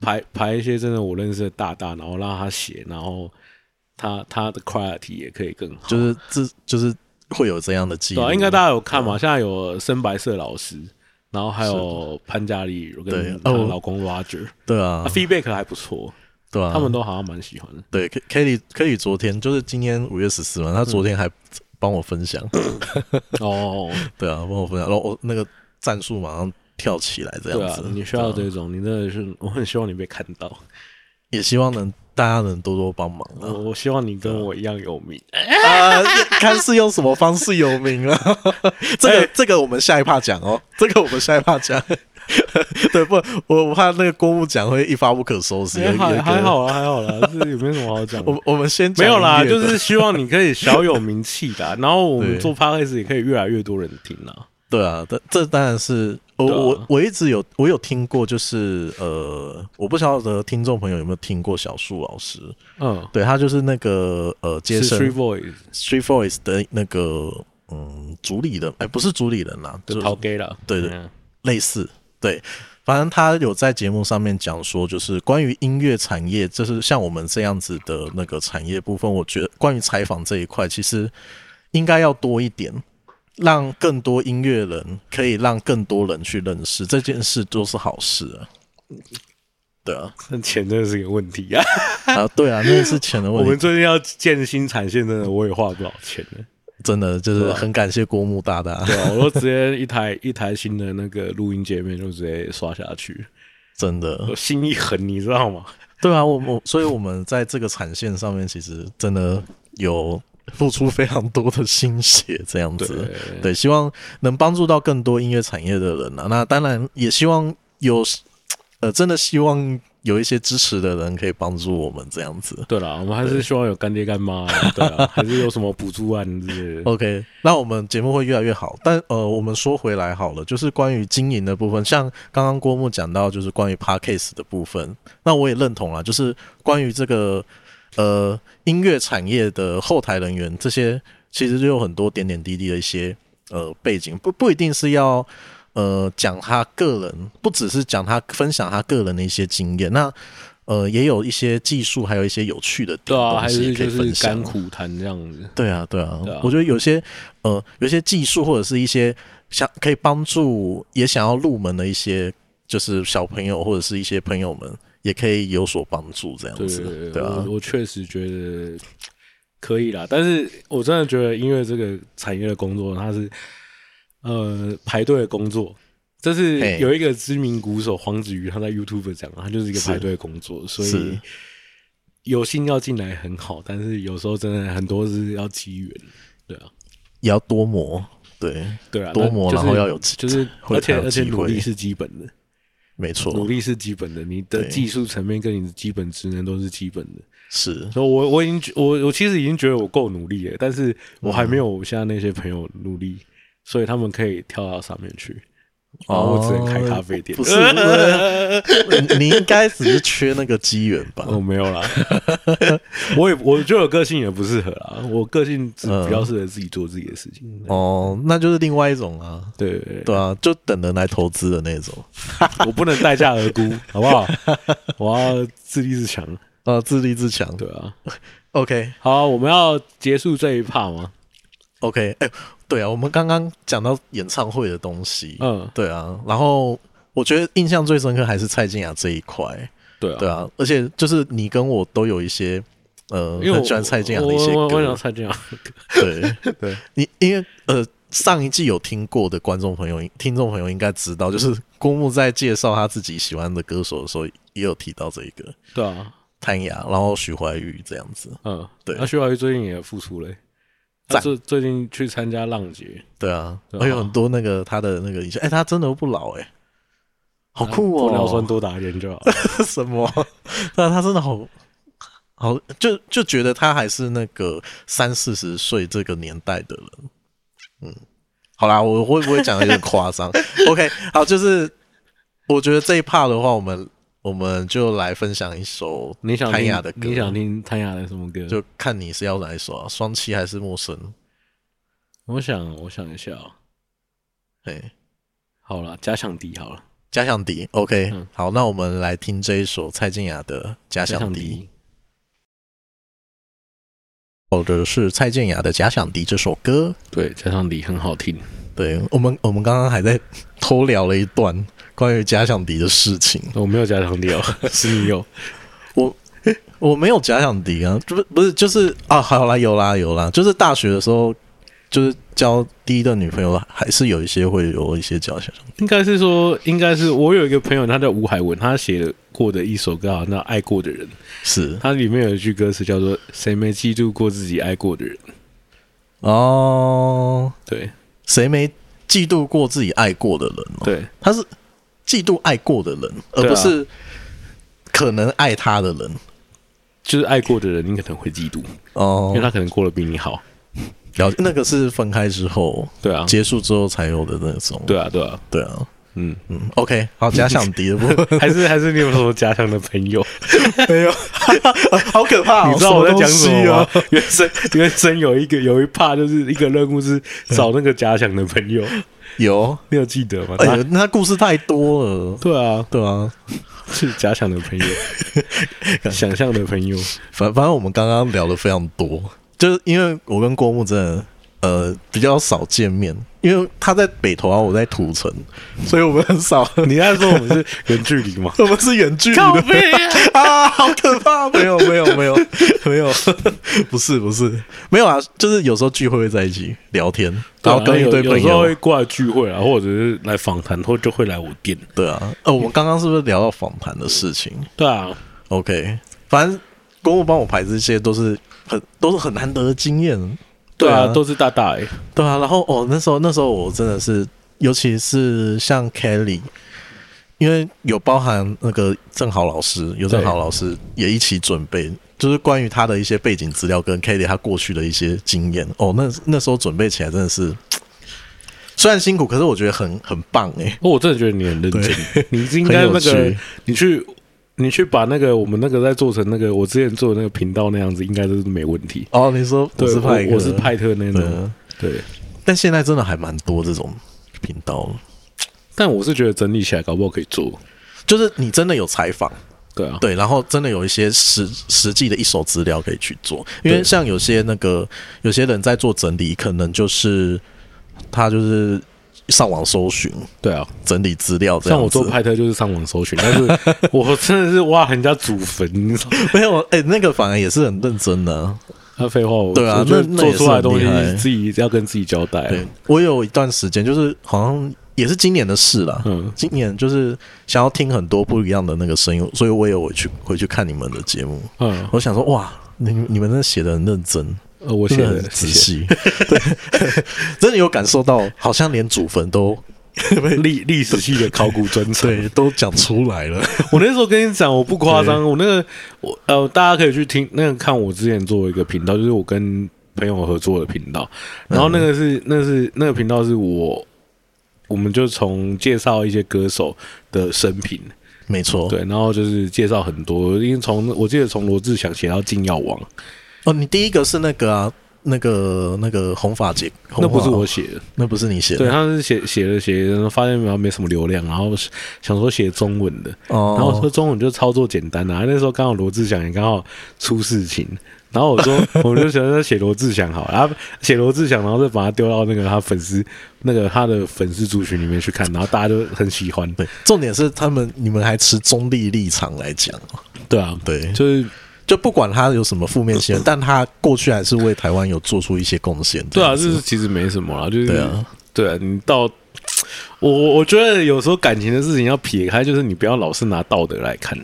排排一些真的我认识的大大，然后让他写，然后他他的 quality 也可以更好。就是这就是会有这样的记对、录。啊，应该大家有看嘛？现在有深白色老师，然后还有潘嘉丽对跟她哦老公 Roger，、对啊啊、，feedback 还不错，对啊，他们都好像蛮喜欢的。对，K Kelly Kelly 昨天就是今天五月十四嘛，他昨天还帮我分享，嗯哦， 对啊，帮我分享，然后我那个战术马上跳起来这对样啊子，，你需要对啊，这种，你真的是， 我很希望你被看到，也希望能大家能多多帮忙我 啊，我希望你跟我一样有名。啊看是用什么方式有名了， 这个、哎这个我们下一趴讲哦， 这个我们下一趴讲， 对不，我我怕那个公务奖会一发不可收拾，有哎一还个还，好啦，还好啦，这有没有什么好讲 的？我我们先讲没有啦，音乐就的是希望你可以小有名气的啊、然后我们对做 podcast 也可以越来越多人听啦。对啊，这这当然是我、对啊我我一直有我有听过，就是呃，我不晓得听众朋友有没有听过小树老师，嗯，对他就是那个呃，接是生 Three Boys Street Voice 的那个嗯主理人，哎、不是主理人啦，就的是陶 gay 啦，对对嗯类似对。反正他有在节目上面讲说，就是关于音乐产业，就是像我们这样子的那个产业部分，我觉得关于采访这一块，其实应该要多一点，让更多音乐人可以让更多人去认识这件事，都是好事啊。对啊，但钱真的是一个问题啊。啊对啊，那是钱的 我问们题，最近要建新产线，真的我也花不少钱呢。真的就是对啊很感谢郭牧大大，对啊，我都直接一台一台新的那个录音界面就直接刷下去，真的。我心一横，你知道吗？ 对啊，我我所以我们在这个产线上面，其实真的有付出非常多的心血，这样子。对对，希望能帮助到更多音乐产业的人啊。那当然也希望有，呃，真的希望有一些支持的人可以帮助我们这样子。对啦，我们还是希望有干爹干妈啊，对啊， 还是有什么补助案啊之类的。 OK，那我们节目会越来越好。但呃，我们说回来好了，就是关于经营的部分，像刚刚郭牧讲到，就是关于 Podcast 的部分，那我也认同啦，就是关于这个呃音乐产业的后台人员，这些其实就有很多点点滴滴的一些呃背景，不不一定是要。呃，讲他个人，不只是讲他分享他个人的一些经验，那呃，也有一些技术，还有一些有趣的对点啊，还东西是也可以就分享。啊是甘苦谈这样子。对啊，对啊，对啊我觉得有些呃，有些技术或者是一些想可以帮助也想要入门的一些就是小朋友或者是一些朋友们也可以有所帮助，这样对子，对对啊我，我确实觉得可以啦，但是我真的觉得音乐这个产业的工作，它是呃排队的工作。这是嘿有一个知名鼓手黄子瑜，他在 YouTube 讲，啊他就是一个是排队的工作，所以是有心要进来很好，但是有时候真的很多是要机缘，对啊，也要多磨，对，对啊，多那磨就是然后要有机就是，会而且才有而且机努会力是基本 的，没努错，力是基本的，你的对技术层面跟你的基本职能都是基本的。是所以我我已经觉我我其实已经觉得我够努力了，但是我还没有嗯我现在那些朋友努力，所以他们可以跳到上面去。然后我只能开咖啡店。哦不是， 不是你应该只是缺那个机缘吧？我、哦没有 啦，我也我觉得我个性也不适合啦，我个性只比较适合自己做自己的事情。嗯哦，那就是另外一种啊，对对对，对啊，就等人来投资的那种，我不能待价而沽，好 不好？我要自立自强，啊，自立自强。对啊。 OK 好啊我们要结束这一趴吗？ OK，哎、对啊，我们刚刚讲到演唱会的东西，嗯，对啊，然后我觉得印象最深刻还是蔡健雅这一块，对啊，对啊，而且就是你跟我都有一些。呃，因为我很喜欢蔡健雅的一些我我我想歌，蔡健雅， 对， 对，你因为呃上一季有听过的观众朋友、听众朋友应该知道，就是郭牧在介绍他自己喜欢的歌手的时候，也有提到这一个对啊，谭雅，然后许怀玉这样子。嗯，对那徐怀钰最近也复出了、欸，他赞最最近去参加浪姐，对啊，对啊还有很多那个他的那个影像，哎、他真的不老哎、好酷玻尿酸哦！多打一点 就好。什么？对啊，他真的好好，就就觉得他还是那个三四十岁这个年代的人。嗯，好啦，我会不会讲的有点夸张 ？OK，好，就是我觉得这一 part 的话，我们我们就来分享一首你想谭听雅的歌，你想听谭雅的什么歌？就看你是要哪一首啊，双栖还是陌生？我想，我想一下、哦，哎，好了，假想敌好了，假想敌，OK，、嗯好，那我们来听这一首蔡健雅的《假假想想敌》。敌，或者是蔡健雅的《假想敌》这首歌。对，假想敌很好听，对我们，我们刚刚还在偷聊了一段关于假想敌的事情。我没有假想敌哦， 是你有，我没有假想敌啊，就不不是就是啊，好啦，有啦有啦，就是大学的时候，就是交第一任女朋友，还是有一些会有一些假想敌。应该是说，应该是我有一个朋友，他叫吴海文，他写过的一首歌，好像叫《爱过的人》，是它里面有一句歌词叫做“谁没记住过自己爱过的人哦，”，对谁没嫉妒过自己爱过的人哦？对，他是嫉妒爱过的人，而对啊不是可能爱他的人。就是爱过的人，你可能会嫉妒。哦因为，他可能过得比你好。了解，那个是分开之后，对啊，结束之后才有的那种。对啊，对啊，对啊，嗯，嗯，OK，好，假想敌的部分还是还 是你有什么家乡的朋友？ 没有， 好可怕哦 你知道我在讲什么吗啊？？原生原生有一个有一趴就是一个任务是嗯找那个家乡的朋友，有，你有记得吗？哎呦，那故事太多了。对啊，对啊，是家乡的 朋友，想象的朋友，反反正我们刚刚聊的非常多，就是因为我跟郭牧真的呃比较少见面，因为他在北投啊，我在土城，所以我们很少， ？你在说我们是远距离吗我们是远距离靠的背 啊！啊，好可怕！没有，没有，没有，没有， 不是，不是，没有啊，就是有时候聚会会在一起聊天，然后跟一堆啊有有朋时候友会，过来聚会啊，或者是来访谈，或就会来我店。对啊，呃，我们刚刚是不是聊到访谈的事情对啊， ？OK，反正公务帮我排这些都是很都是很难得的经验，对啊，啊，都是大大哎，对啊。然后哦，那时候那时候我真的是，尤其是像 Kelly。因为有包含那个郑豪老师，有郑对豪老师也一起准备，就是关于他的一些背景资料跟 k a t i e 他过去的一些经验。哦，那那时候准备起来真的是，虽然辛苦，可是我觉得很很棒哎、哦，我真的觉得你很认真，你应 很该有那个趣你去你去把那个我们那个再做成那个我之前做的那个频道那样子，应该都是没问题。哦，你说我对，是派我我是派特那对种，啊，对。但现在真的还蛮多这种频道了，但我是觉得整理起来搞不好可以做，就是你真的有采访，对啊，对，然后真的有一些实实际的一手资料可以去做，因为对像有些那个有些人在做整理，可能就是他就是上网搜寻、对啊，整理资料这样像子。我做派特就是上网搜寻，但是 我真的是挖人家祖坟，你知道吗没有，哎、那个反而也是很认真的啊、那废话，我对啊我觉得那那做也是出来的东西很厉害自己要跟自己交代啊。对，我有一段时间就是好像也是今年的事啦，嗯今年就是想要听很多不一样的那个声音，所以我也有去回去看你们的节目，嗯，我想说哇，你你们真的写的很认真，呃我真写 的 很的谢仔谢细，对，真的有感受到，好像连祖坟 都历历史系的考古专程。对都讲出来了， 我那时候跟你讲，我不夸张，我那个我呃，大家可以去听那个看我之前做一个频道，就是我跟朋友合作的频道，然后那个是、那是那个频道是我，我们就从介绍一些歌手的生平，没错，对，然后就是介绍很多，因为从我记得从罗志祥写到金耀王，哦，你第一个是那个啊，那个那个红发姐，那不是红发哦我，写的，那不是你写对，啊的，他是写写了写了，然后发现没没什么流量，然后想说写中文的，哦，然后我说中文就操作简单啊。那时候刚好罗志祥也刚好出事情，然后我 说我就想说写罗志祥好了，然后写罗志祥，然后再把它丢到那个他粉丝那个他的粉丝族群里面去看，然后大家就很喜欢，对，重点是他们你们还持中立立场来讲，对啊，对，就就是就不管他有什么负面新 闻，但他过去还是为台湾有做出一些贡献，对啊，这就样子是其实没什么啦，就是对啊，对啊，你到我我我觉得有时候感情的事情要撇开，就是你不要老是拿道德来看。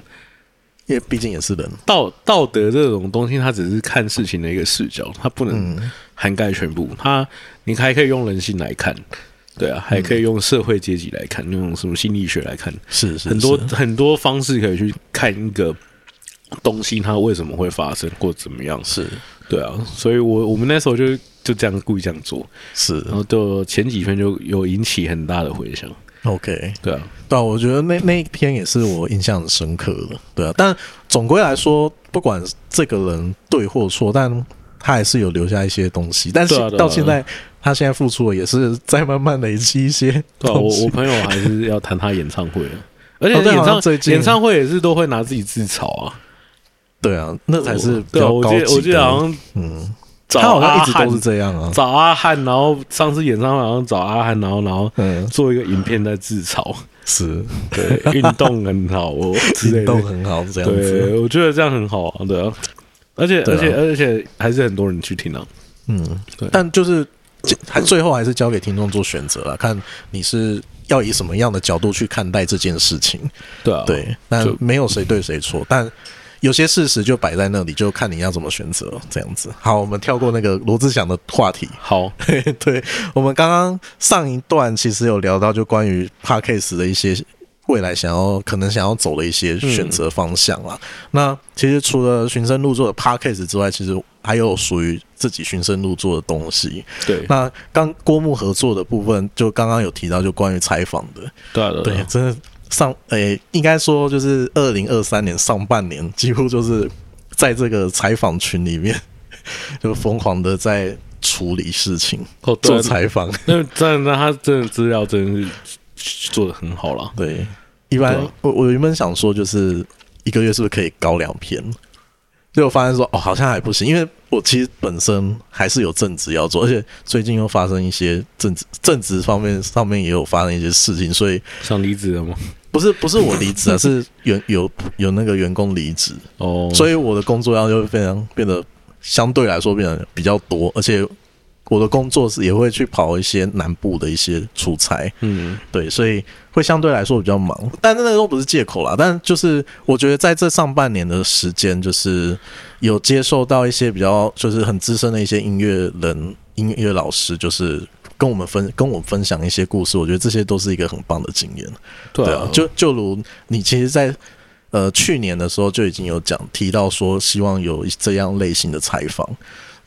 因为毕竟也是人，道道德这种东西，它只是看事情的一个视角，它不能嗯涵盖全部。它你还可以用人性来看，对嗯啊，还可以用社会阶级来看，用什么心理学来看，是是是很多很多方式可以去看一个东西它为什么会发生或怎么样。是对啊，所以我我们那时候就就这样故意这样做，是然后就前几天就有引起很大的回响。 OK，对啊，对啊、我觉得那那一篇也是我印象很深刻的，对啊，但总归来说，不管这个人对或错，但他还是有留下一些东西，但是对啊对啊到现在。他现在付出的也是在慢慢累积一些对啊，东我西我朋友还是要谈他演唱 会啊，而且哦对演好唱、像最近演唱会也是都会拿自己自嘲啊，对啊，那才是比对啊，较我高记级得我记的得好像嗯，找他好像阿一直都是汉这样啊。找阿汉，然后上次演唱会好像找阿汉，然后然后嗯，做一个影片在自嘲，是对，运动很好哦 之类运的动，很好这样子。对，我觉得这样很好啊，对啊，而且对而啊且而且还是很多人去听啊，嗯对，但就是还最后还是交给听众做选择了，看你是要以什么样的角度去看待这件事情。对啊，对，但就没有谁对谁错，但。有些事实就摆在那里，就看你要怎么选择这样子。好，我们跳过那个罗志祥的话题。好，对我们刚刚上一段其实有聊到，就关于 podcast 的一些未来想要可能想要走的一些选择方向啦。那其实除了寻声入座的 podcast 之外，其实还有属于自己寻声入座的东西。对，那刚郭牧合作的部分，就刚刚有提到，就关于采访的，对啊，对，啊真的上诶、应该说就是二零二三年上半年，几乎就是在这个采访群里面，就疯狂的在处理事情。哦，对做啊采访。那真的，那他真的资料真的是做的很好了。对，一般对啊我我原本想说，就是一个月是不是可以搞两篇？结果发现说，哦，好像还不行，因为我其实本身还是有正职要做，而且最近又发生一些正职正职方面上面也有发生一些事情，所以想离职了吗？不是不是我离职啊，是员有有那个员工离职，哦，所以以我的工作量就会非常变得相对来说变得比较多，而且我的工作是也会去跑一些南部的一些出差，嗯，对，所以会相对来说比较忙，但那个都不是借口啦。但就是我觉得在这上半年的时间，就是有接受到一些比较就是很资深的一些音乐人、音乐老师，就是跟我们分跟我分享一些故事，我觉得这些都是一个很棒的经验。对啊，就就如你其实在，呃去年的时候就已经有讲提到说，希望有这样类型的采访。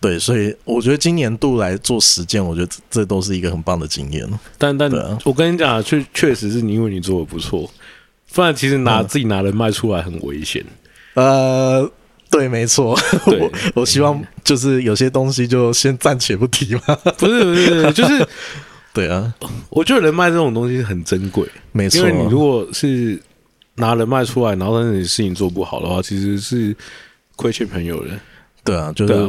对，所以我觉得今年度来做实践，我觉得这这都是一个很棒的经验。但但对啊我跟你讲啊，确确实是你因为你做的不错，不然其实嗯拿、自己拿人脉出来很危险。呃，对，没错，对 我我希望就是有些东西就先暂且不提嘛。 不是不是，不是就是对啊，我觉得人脉这种东西很珍贵，没错啊因为。你如果是拿人脉出来，然后但是你事情做不好的话，其实是亏欠朋友的。对啊，就对啊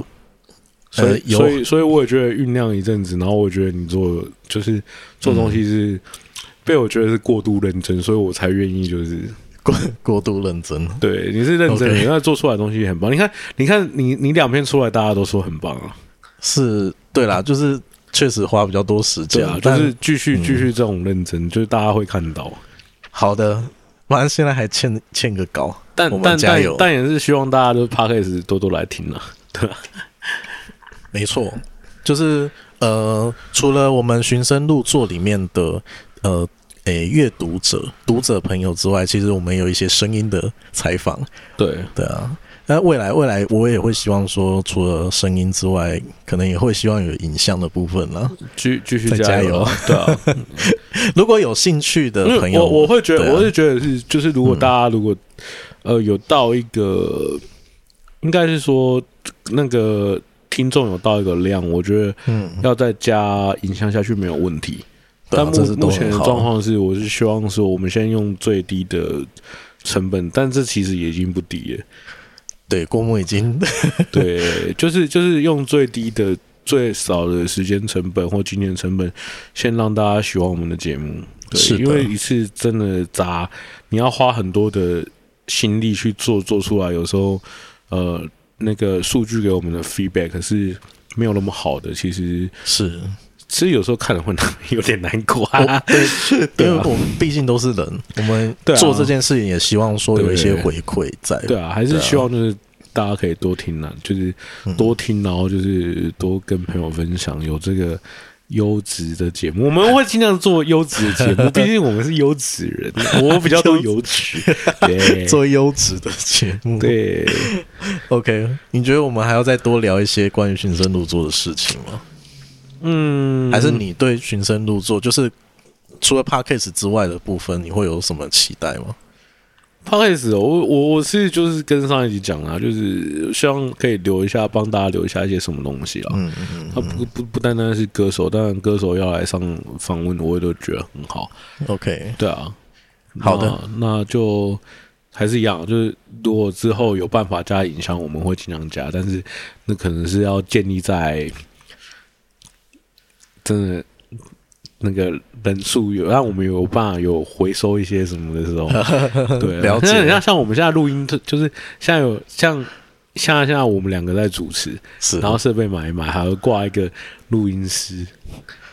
是所以、呃有所以所以我也觉得酝酿一阵子，然后我觉得你做就是做东西是、嗯被我觉得是过度认真，所以我才愿意就是过过度认真，对你是认真的， OK 那做出来的东西也很棒。你看，你看你你两篇出来，大家都说很棒啊，是对啦，就是确实花比较多时对间，啊，就但是继嗯续继续这种认真，就是大家会看到。好的，反正现在还欠欠个稿，但我们但加但油，但也是希望大家都 p a c a s 多多来听啊，对啊，没错，就是呃，除了我们寻声入座里面的呃。诶，阅读者、读者朋友之外，其实我们有一些声音的采访，对，对啊。那未来，未来我也会希望说，除了声音之外，可能也会希望有影像的部分啦。继继续再加加油啊，对啊，如果有兴趣 的因朋为友，我我会觉得，对啊我是觉得是，就是如果大家如果、呃有到一个，应该是说那个听众有到一个量，我觉得嗯，要再加影像下去没有问题。对啊但这目是都目前很的好状况是，我是希望说我们先用最低的成本，但这其实也已经不低 了。对郭牧已 经对，就是就是用最低的、最少的时间成本或金钱成本，先让大家喜欢我们的节目。对，是的因为一次真的砸，你要花很多的心力去做，做出来有时候呃，那个数据给我们的 feedback 是没有那么好的。其实是，其实有时候看了会 有点难过、我啊。对，对因啊为我们毕竟都是人，我们对啊做这件事情也希望说有一些回馈在。对啊，还是希望就是大家可以多听啊，就是嗯多听，然后就是多跟朋友分享有这个优质的节目，我们会尽量做优质的节 目，毕竟我们是优质人，我比较多优质，对做优质的节目。对， ，OK，你觉得我们还要再多聊一些关于寻声入座的事情吗？嗯，还是你对寻声入座，就是除了 Podcast 之外的部分，你会有什么期待吗？ p o d c a s 我我我是就是跟上一集讲啦，就是希望可以留一下，帮大家留下一些什么东西啦。嗯嗯它不不不单单是歌手，当然歌手要来上访问，我也都觉得很好。嗯，OK，对啊，好的那，那就还是一样，就是如果之后有办法加影响，我们会尽量加，但是那可能是要建立在真的那个人数有让我们有办法有回收一些什么的 时候，对啊，了解现在你看，像我们现在录音，就是现在有像。像现在我们两个在主持，是，然后设备买一买，还要挂一个录音师。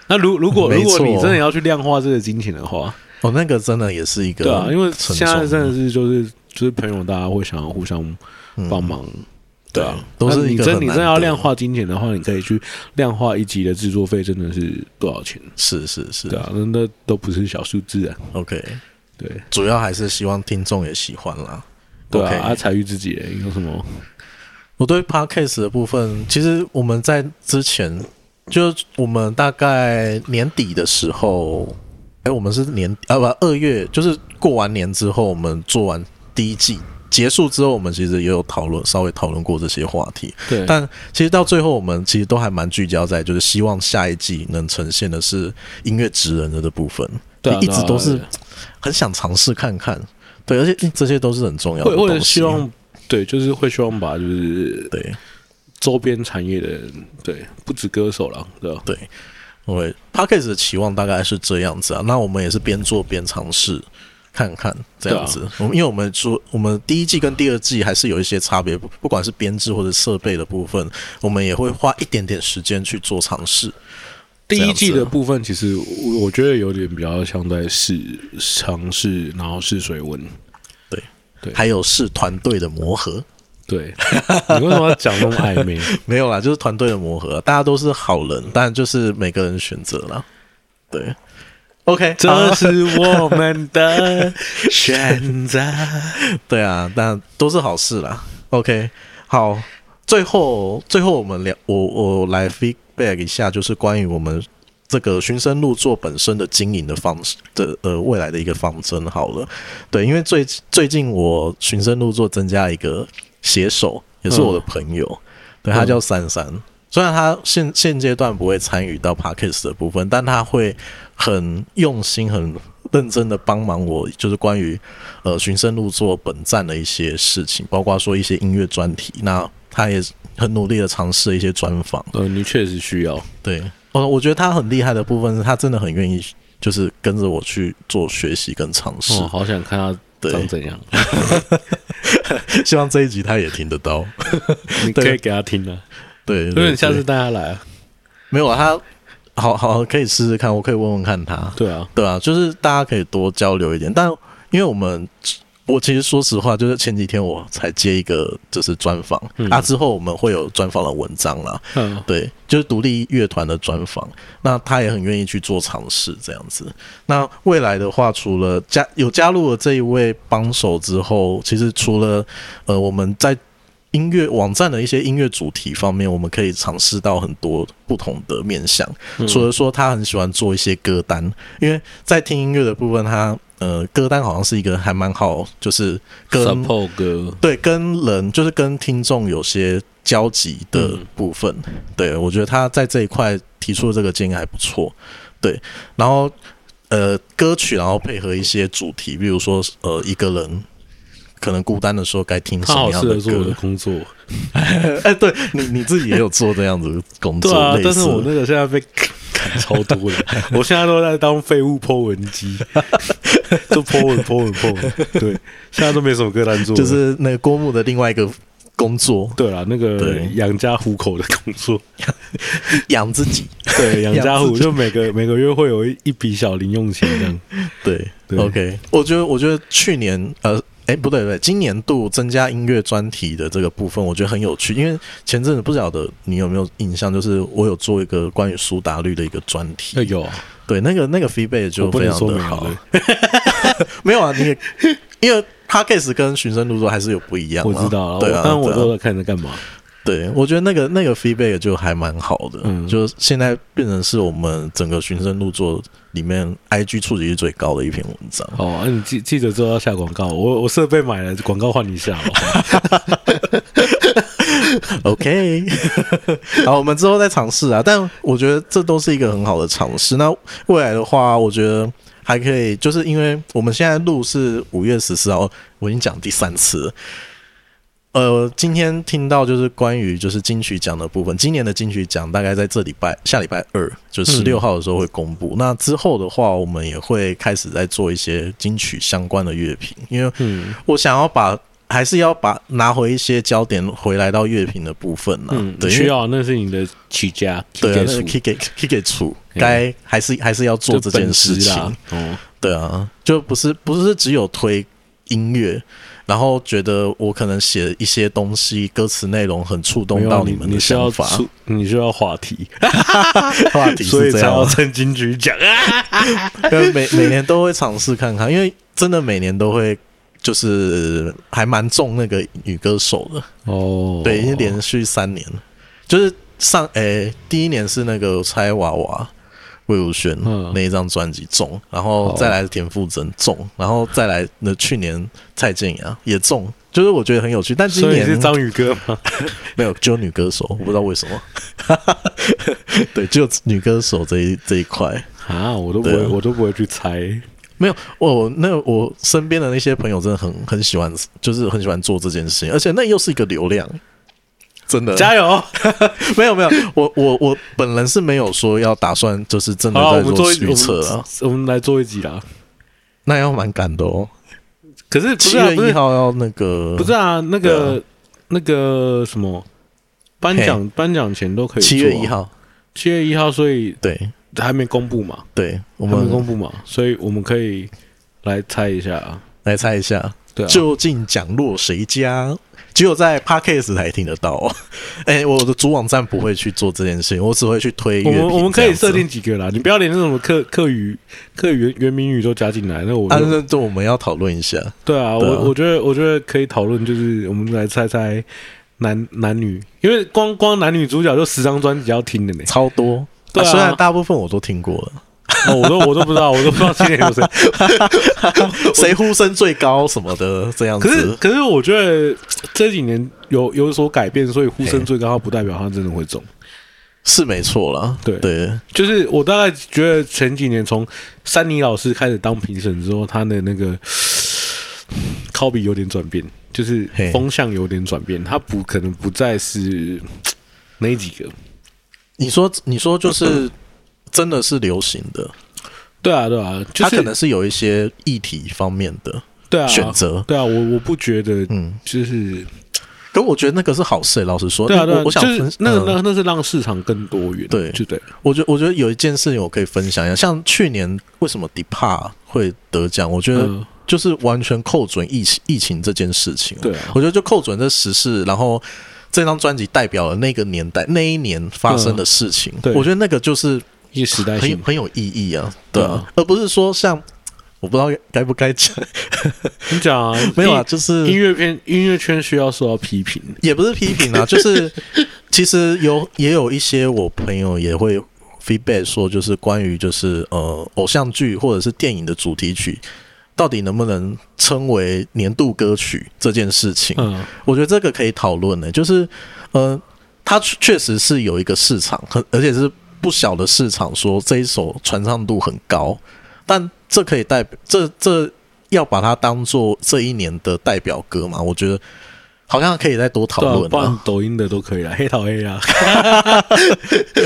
那如如果没如错果你真的要去量化这个金钱的话，哦，那个真的也是一个对啊，因为沉现在重真的是就是就是朋友，大家会想要互相帮忙。对啊，嗯对都是那一你个真很你难真的要得量化金钱的话，你可以去量化一集的制作费真的是多少钱？是是是对啊，那那都不是小数字啊。 ，OK，对主要还是希望听众也喜欢啦。对啊， OK 啊，财育自己嘞有 什么？我对 podcast 的部分，其实我们在之前，就是我们大概年底的时候，哎、我们是年啊不二月，就是过完年之后，我们做完第一季结束之后，我们其实也有讨论，稍微讨论过这些话题。对，但其实到最后，我们其实都还蛮聚焦在，就是希望下一季能呈现的是音乐职人的部分，对啊一直都是对啊很想尝试看看。对，而且这些都是很重要的会东会西。啊希望对，就是会希望把就是对，周边产业的人对，不止歌手啦，对啊吧？对 p a c k a g e 的期望大概是这样子啊。那我们也是边做边尝试看看这样子。我们、因为我们说我们第一季跟第二季还是有一些差别，不不管是编制或者设备的部分，我们也会花一点点时间去做尝试。第一季这样的子啊部分，其实我我觉得有点比较像在试尝试，然后试水温。对还有是团队的磨合， 对， 你为什么要讲那么暧昧？没有啦，就是团队的磨合啊、大家都是好人，但就是每个人选择啦。对，OK， 这好是我们的选择。 对啊，但都是好事啦。OK，好，最后最后我们聊，我我来 feedback 一下，就是关于我们这个寻声入座本身的经营的方式的呃未来的一个方针好了。对，因为最最近我寻声入座增加一个写手，也是我的朋友，对他叫珊珊。虽然他现现阶段不会参与到 podcast 的部分，但他会很用心、很认真的帮忙我，就是关于呃寻声入座本站的一些事情，包括说一些音乐专题。那他也很努力的尝试了一些专访。 呃，你确实需要。对，哦，我觉得他很厉害的部分是他真的很愿意，就是跟着我去做学习跟尝试。哦，好想看他对长怎 样， 希望这一集他也听得到。你可以给他听啊。对，因为对你下次对带他来啊。没有啊他，好好可以试试看，我可以问问看他。对啊，对啊，就是大家可以多交流一点。但因为我们，我其实说实话，就是前几天我才接一个就是专访、嗯啊，之后我们会有专访的文章啦。嗯，对，就是独立乐团的专访，那他也很愿意去做尝试这样子。那未来的话，除了加有加入了这一位帮手之后，其实除了呃我们在音乐网站的一些音乐主题方面，我们可以尝试到很多不同的面向。除了说他很喜欢做一些歌单，因为在听音乐的部分，他呃歌单好像是一个还蛮好，就是跟 support 哥，对，跟人就是跟听众有些交集的部分。对我觉得他在这一块提出的这个建议还不错。对，然后呃，歌曲然后配合一些主题，比如说呃，一个人可能孤单的时候该听什他么好样适合的做我的歌。工作。 哎，对你你自己也有做这样子的工对作，啊类，但是似我的那个现在被 砍超多 了，我现在都在当废物 po 文 机，就 po 文 po 文 po 文，对，现在都没什么歌单做了，就是那个郭牧的另外一个工作，对啦，那个对养家糊口的工作，养自己。对， 养家养糊自己就每个每个月会有一一笔小零用钱这样，对对 o k 我觉得我觉得去年呃，哎不对不对，今年度增加音乐专题的这个部分，我觉得很有趣，因为前阵子不晓得你有没有印象，就是我有做一个关于苏打绿的一个专题，哎 有啊，对，那个那个 feedback 我就不非能常说啊没的有好，的，没有啊，你也因为 podcast 跟寻声入座还是有不一样我嘛，知道了，对啊，我但我对啊都在看你在干嘛，对，我觉得那个那个 feedback 就还蛮好的，嗯就现在变成是我们整个寻声入座里面 IG 触及率最高的一篇文章。哦，那你记记得之后要下广告，我我设备买了，广告换你下哦， OK，好，我 们之后再尝试啊。但我觉得这都是一个很好的尝试。那未来的话，我觉得还可以，就是因为我们现在录是五月十四号，哦我已经讲第三次了。呃，今天听到就是关于就是金曲奖的部分，今年的金曲奖大概在这礼拜下礼拜二，就嗯十六号的时候会公布。那之后的话，我们也会开始在做一些金曲相关的乐评，因为嗯我想要把还是要把拿回一些焦点回来到乐评的部分呢、 嗯，对，因为需要那是你的起家，对啊，起家那个属 kick 给 kick 给出，该还是还是要做这件事就情，本职啦。哦，对啊，就不是不是只有推音乐。然后觉得我可能写一些东西，歌词内容很触没动有到你们的你需想要法，出，你需要话 题，话题所以是这才要 样。趁金曲奖 啊。对每每年都会尝试看看，因为真的每年都会，就是还蛮重那个女歌手的。哦对，已经连续三年了，就是上诶、第一年是那个拆娃娃魏如萱嗯哦那一张专辑中，然后再来是田馥甄中，然后再来那去年蔡健雅也中，就是我觉得很有趣。但今所以你年是章鱼哥 吗？没有只有女 歌手，我不知道为什么。 对，只有女歌手这一这一块。啊，我都不对会，啊我都不会去猜。没有，我那我身边的那些朋友真的很很喜欢，就是很喜欢做这件事情，而且那又是一个流量，真的加油！ 没有没有，我我我本人是没有说要打算，就是真的好在了，我们做一集预测我们啊，我们来做一集啦。那要蛮赶的哦。可是不七是啊，月不一是号要那个，不是啊，那对个那个什么颁奖颁奖前都可以。啊七月一，号，七月一号，所以啊对还没公布嘛，对，我还没们公布嘛，所以我们可以来猜一下啊。来猜一下，对啊，究竟奖落谁家？只有在 Podcast 才听得到、哦。 哎、我的主网站不会去做这件事情，我只会去推我乐们评我们可以这设样子定几个啦，你不要连那种客客语、客语原原名语都加进来。那我啊，就那这我们要讨论一下。对啊，对啊。我我觉得我觉得可以讨论，就是我们来猜猜男男女，因为光光男女主角就十张专辑要听的呢超多。对啊虽然大部分我都听过了，哦，我都我都不知道，我都不知道今年有谁。谁呼声最高什么的这样可是子，可是我觉得这几年有有所改变，所以呼声最高，它不代表它真的会中。是没错啦，对对，就是我大概觉得前几年从山妮老师开始当评审之后，他的那个考比有点转变，就是嘿风向有点转变，他不可能不再是那几个。你说你说嗯就是真的是流行的，对啊，对啊，就它是可能是有一些议题方面的，对啊选择对啊，我我不觉得，就是可我觉得那个是好事、欸老实说，对啊，那对啊，我我想就是分那个那嗯个那是让市场更多元，对就对，我觉我觉得有一件事情我可以分享一下，像去年为什么 Depart 会得奖，我觉得嗯就是完全扣准疫情疫情这件事情。对啊我觉得就扣准这时事，然后这张专辑代表了那个年代那一年发生的事情。嗯对我觉得那个就是一个时代很有性，很有意义啊，对啊，对啊而不是说像我不知道该不该讲，你讲啊， 没有啊，音就是音乐片音乐圈需要受到批评，也不是批评啊，就是其实有也有一些我朋友也会 feedback 说，就是关于就是呃偶像剧或者是电影的主题曲，到底能不能称为年度歌曲这件事情，嗯，我觉得这个可以讨论的，就是呃，它确确实是有一个市场，很而且是不小的市场，说这一首传唱度很高，但这可以代表这这要把它当做这一年的代表歌嘛？我觉得好像可以再多讨对啊，论不然啊。抖音的都可以了，黑桃 A 啊，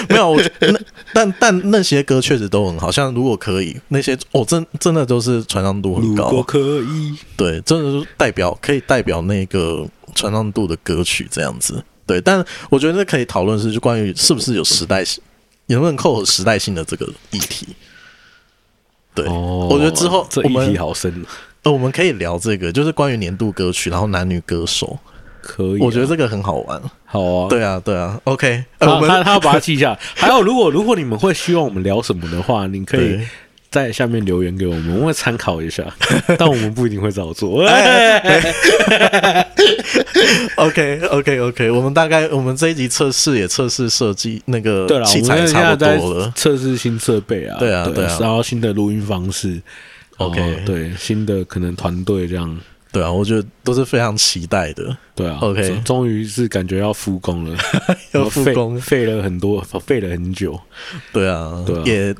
没有，我觉得那但但那些歌确实都很好，像如果可以，那些哦真真的都是传唱度很如果高，啊可以，对，真的是代表可以代表那个传唱度的歌曲这样子。对，但我觉得这可以讨论是就关于是不是有时代性，能不能扣合时代性的这个议题。对，哦我觉得之后这我议们题好深，呃我们可以聊这个，就是关于年度歌曲，然后男女歌手，可以啊，我觉得这个很好玩。好啊，对啊，对啊，OK，呃 他我他们他要把它记下来。还有，如果如果你们会希望我们聊什么的话，你可以对在下面留言给我们，我们会参考一下， 但我们不一定会照做。 哎 OK，OK，OK，我们大概我们这一集测试也测试设计那个对了，我器们材现差在不在多了。测试新设备啊，对啊对对啊然后新的录音方式 OK 然后对，新的可能团队这样。对啊，我觉得都是非常期待的。对啊 OK 终终于是感觉要复工了， 要复工费，费了很多，费了很久。对啊，对啊也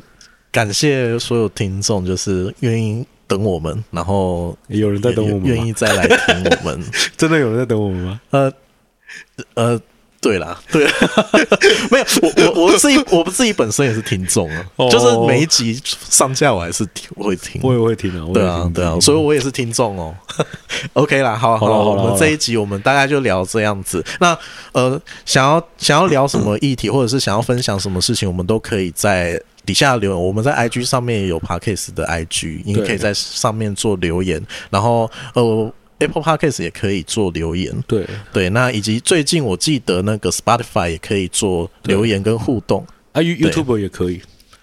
感谢所有听众，就是愿意等我们，然后有人在等我也们愿吗？意再来听我 们。真的有人在等我们吗？呃呃，对啦，对，啊 没有我我我自己我自己本身也是听众啊，哦就是每一集上架我还是听我会听。我也会听啊，我嗯对也会啊听，对啊，所以我也是听众哦。OK 啦，好，好啦啦好啦我好们啦这一集我们大概就聊这样子。那呃，想要想要聊什么议题，或者是想要分享什么事情，我们都可以在底下留言。我们在 IG 上面也有 Parkes 的 IG，你嗯对可以在上面做留言。然后呃，Apple Parkes 也可以做留言。对，啊对，那以及最近我记得那个 Spotify 也可以做留言跟互动。啊，You YouTube 也可以，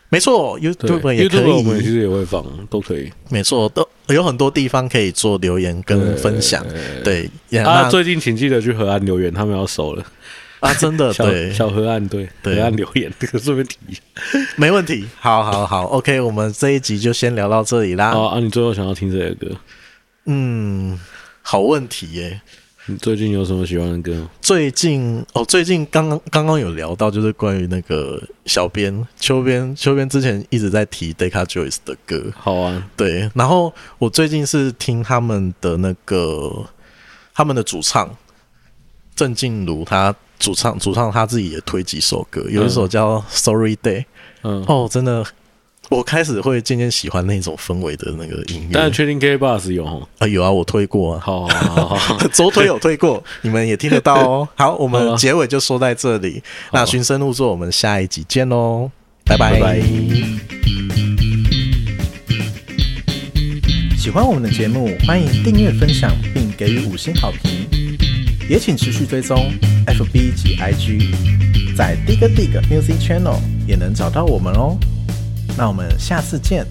没错对，YouTube 也可 YouTube 我们其以，实也会放，都可以。没错，都有很多地方可以做留言跟分享。对，呀啊，那最近请记得去河岸留言，他们要收了。啊，真的 小对，小河岸对，对河岸留言， 这个顺便提一下。没问题。好好好，OK，我们这一集就先聊到这里啦。啊啊，你最后想要听谁的歌？嗯，好问题耶。你最近有什么喜欢的歌吗？最近哦，最近刚刚刚刚有聊到，就是关于那个小编秋编秋编之前一直在提 Deca Joyce 的歌，好啊，对。然后我最近是听他们的那个他们的主唱郑静茹，她主唱主唱她自己也推几首歌，有一首叫《Sorry Day》，嗯，哦，真的，我开始会渐渐喜欢那种氛围的那个音乐。但确定 K Bus 有哦。啊，有啊，我推过啊，好好好好好， 周推有推过，你们也听得到 哦。好，我好们啊结尾就说在这里。好那啊寻声入座，我们下一集见喽，拜拜拜。喜欢我们的节目，欢迎订阅、分享，并给予五星好评。也请持续追踪 FB 及 IG，在 Dig Dig Music Channel 也能找到我们哦。那我们下次见，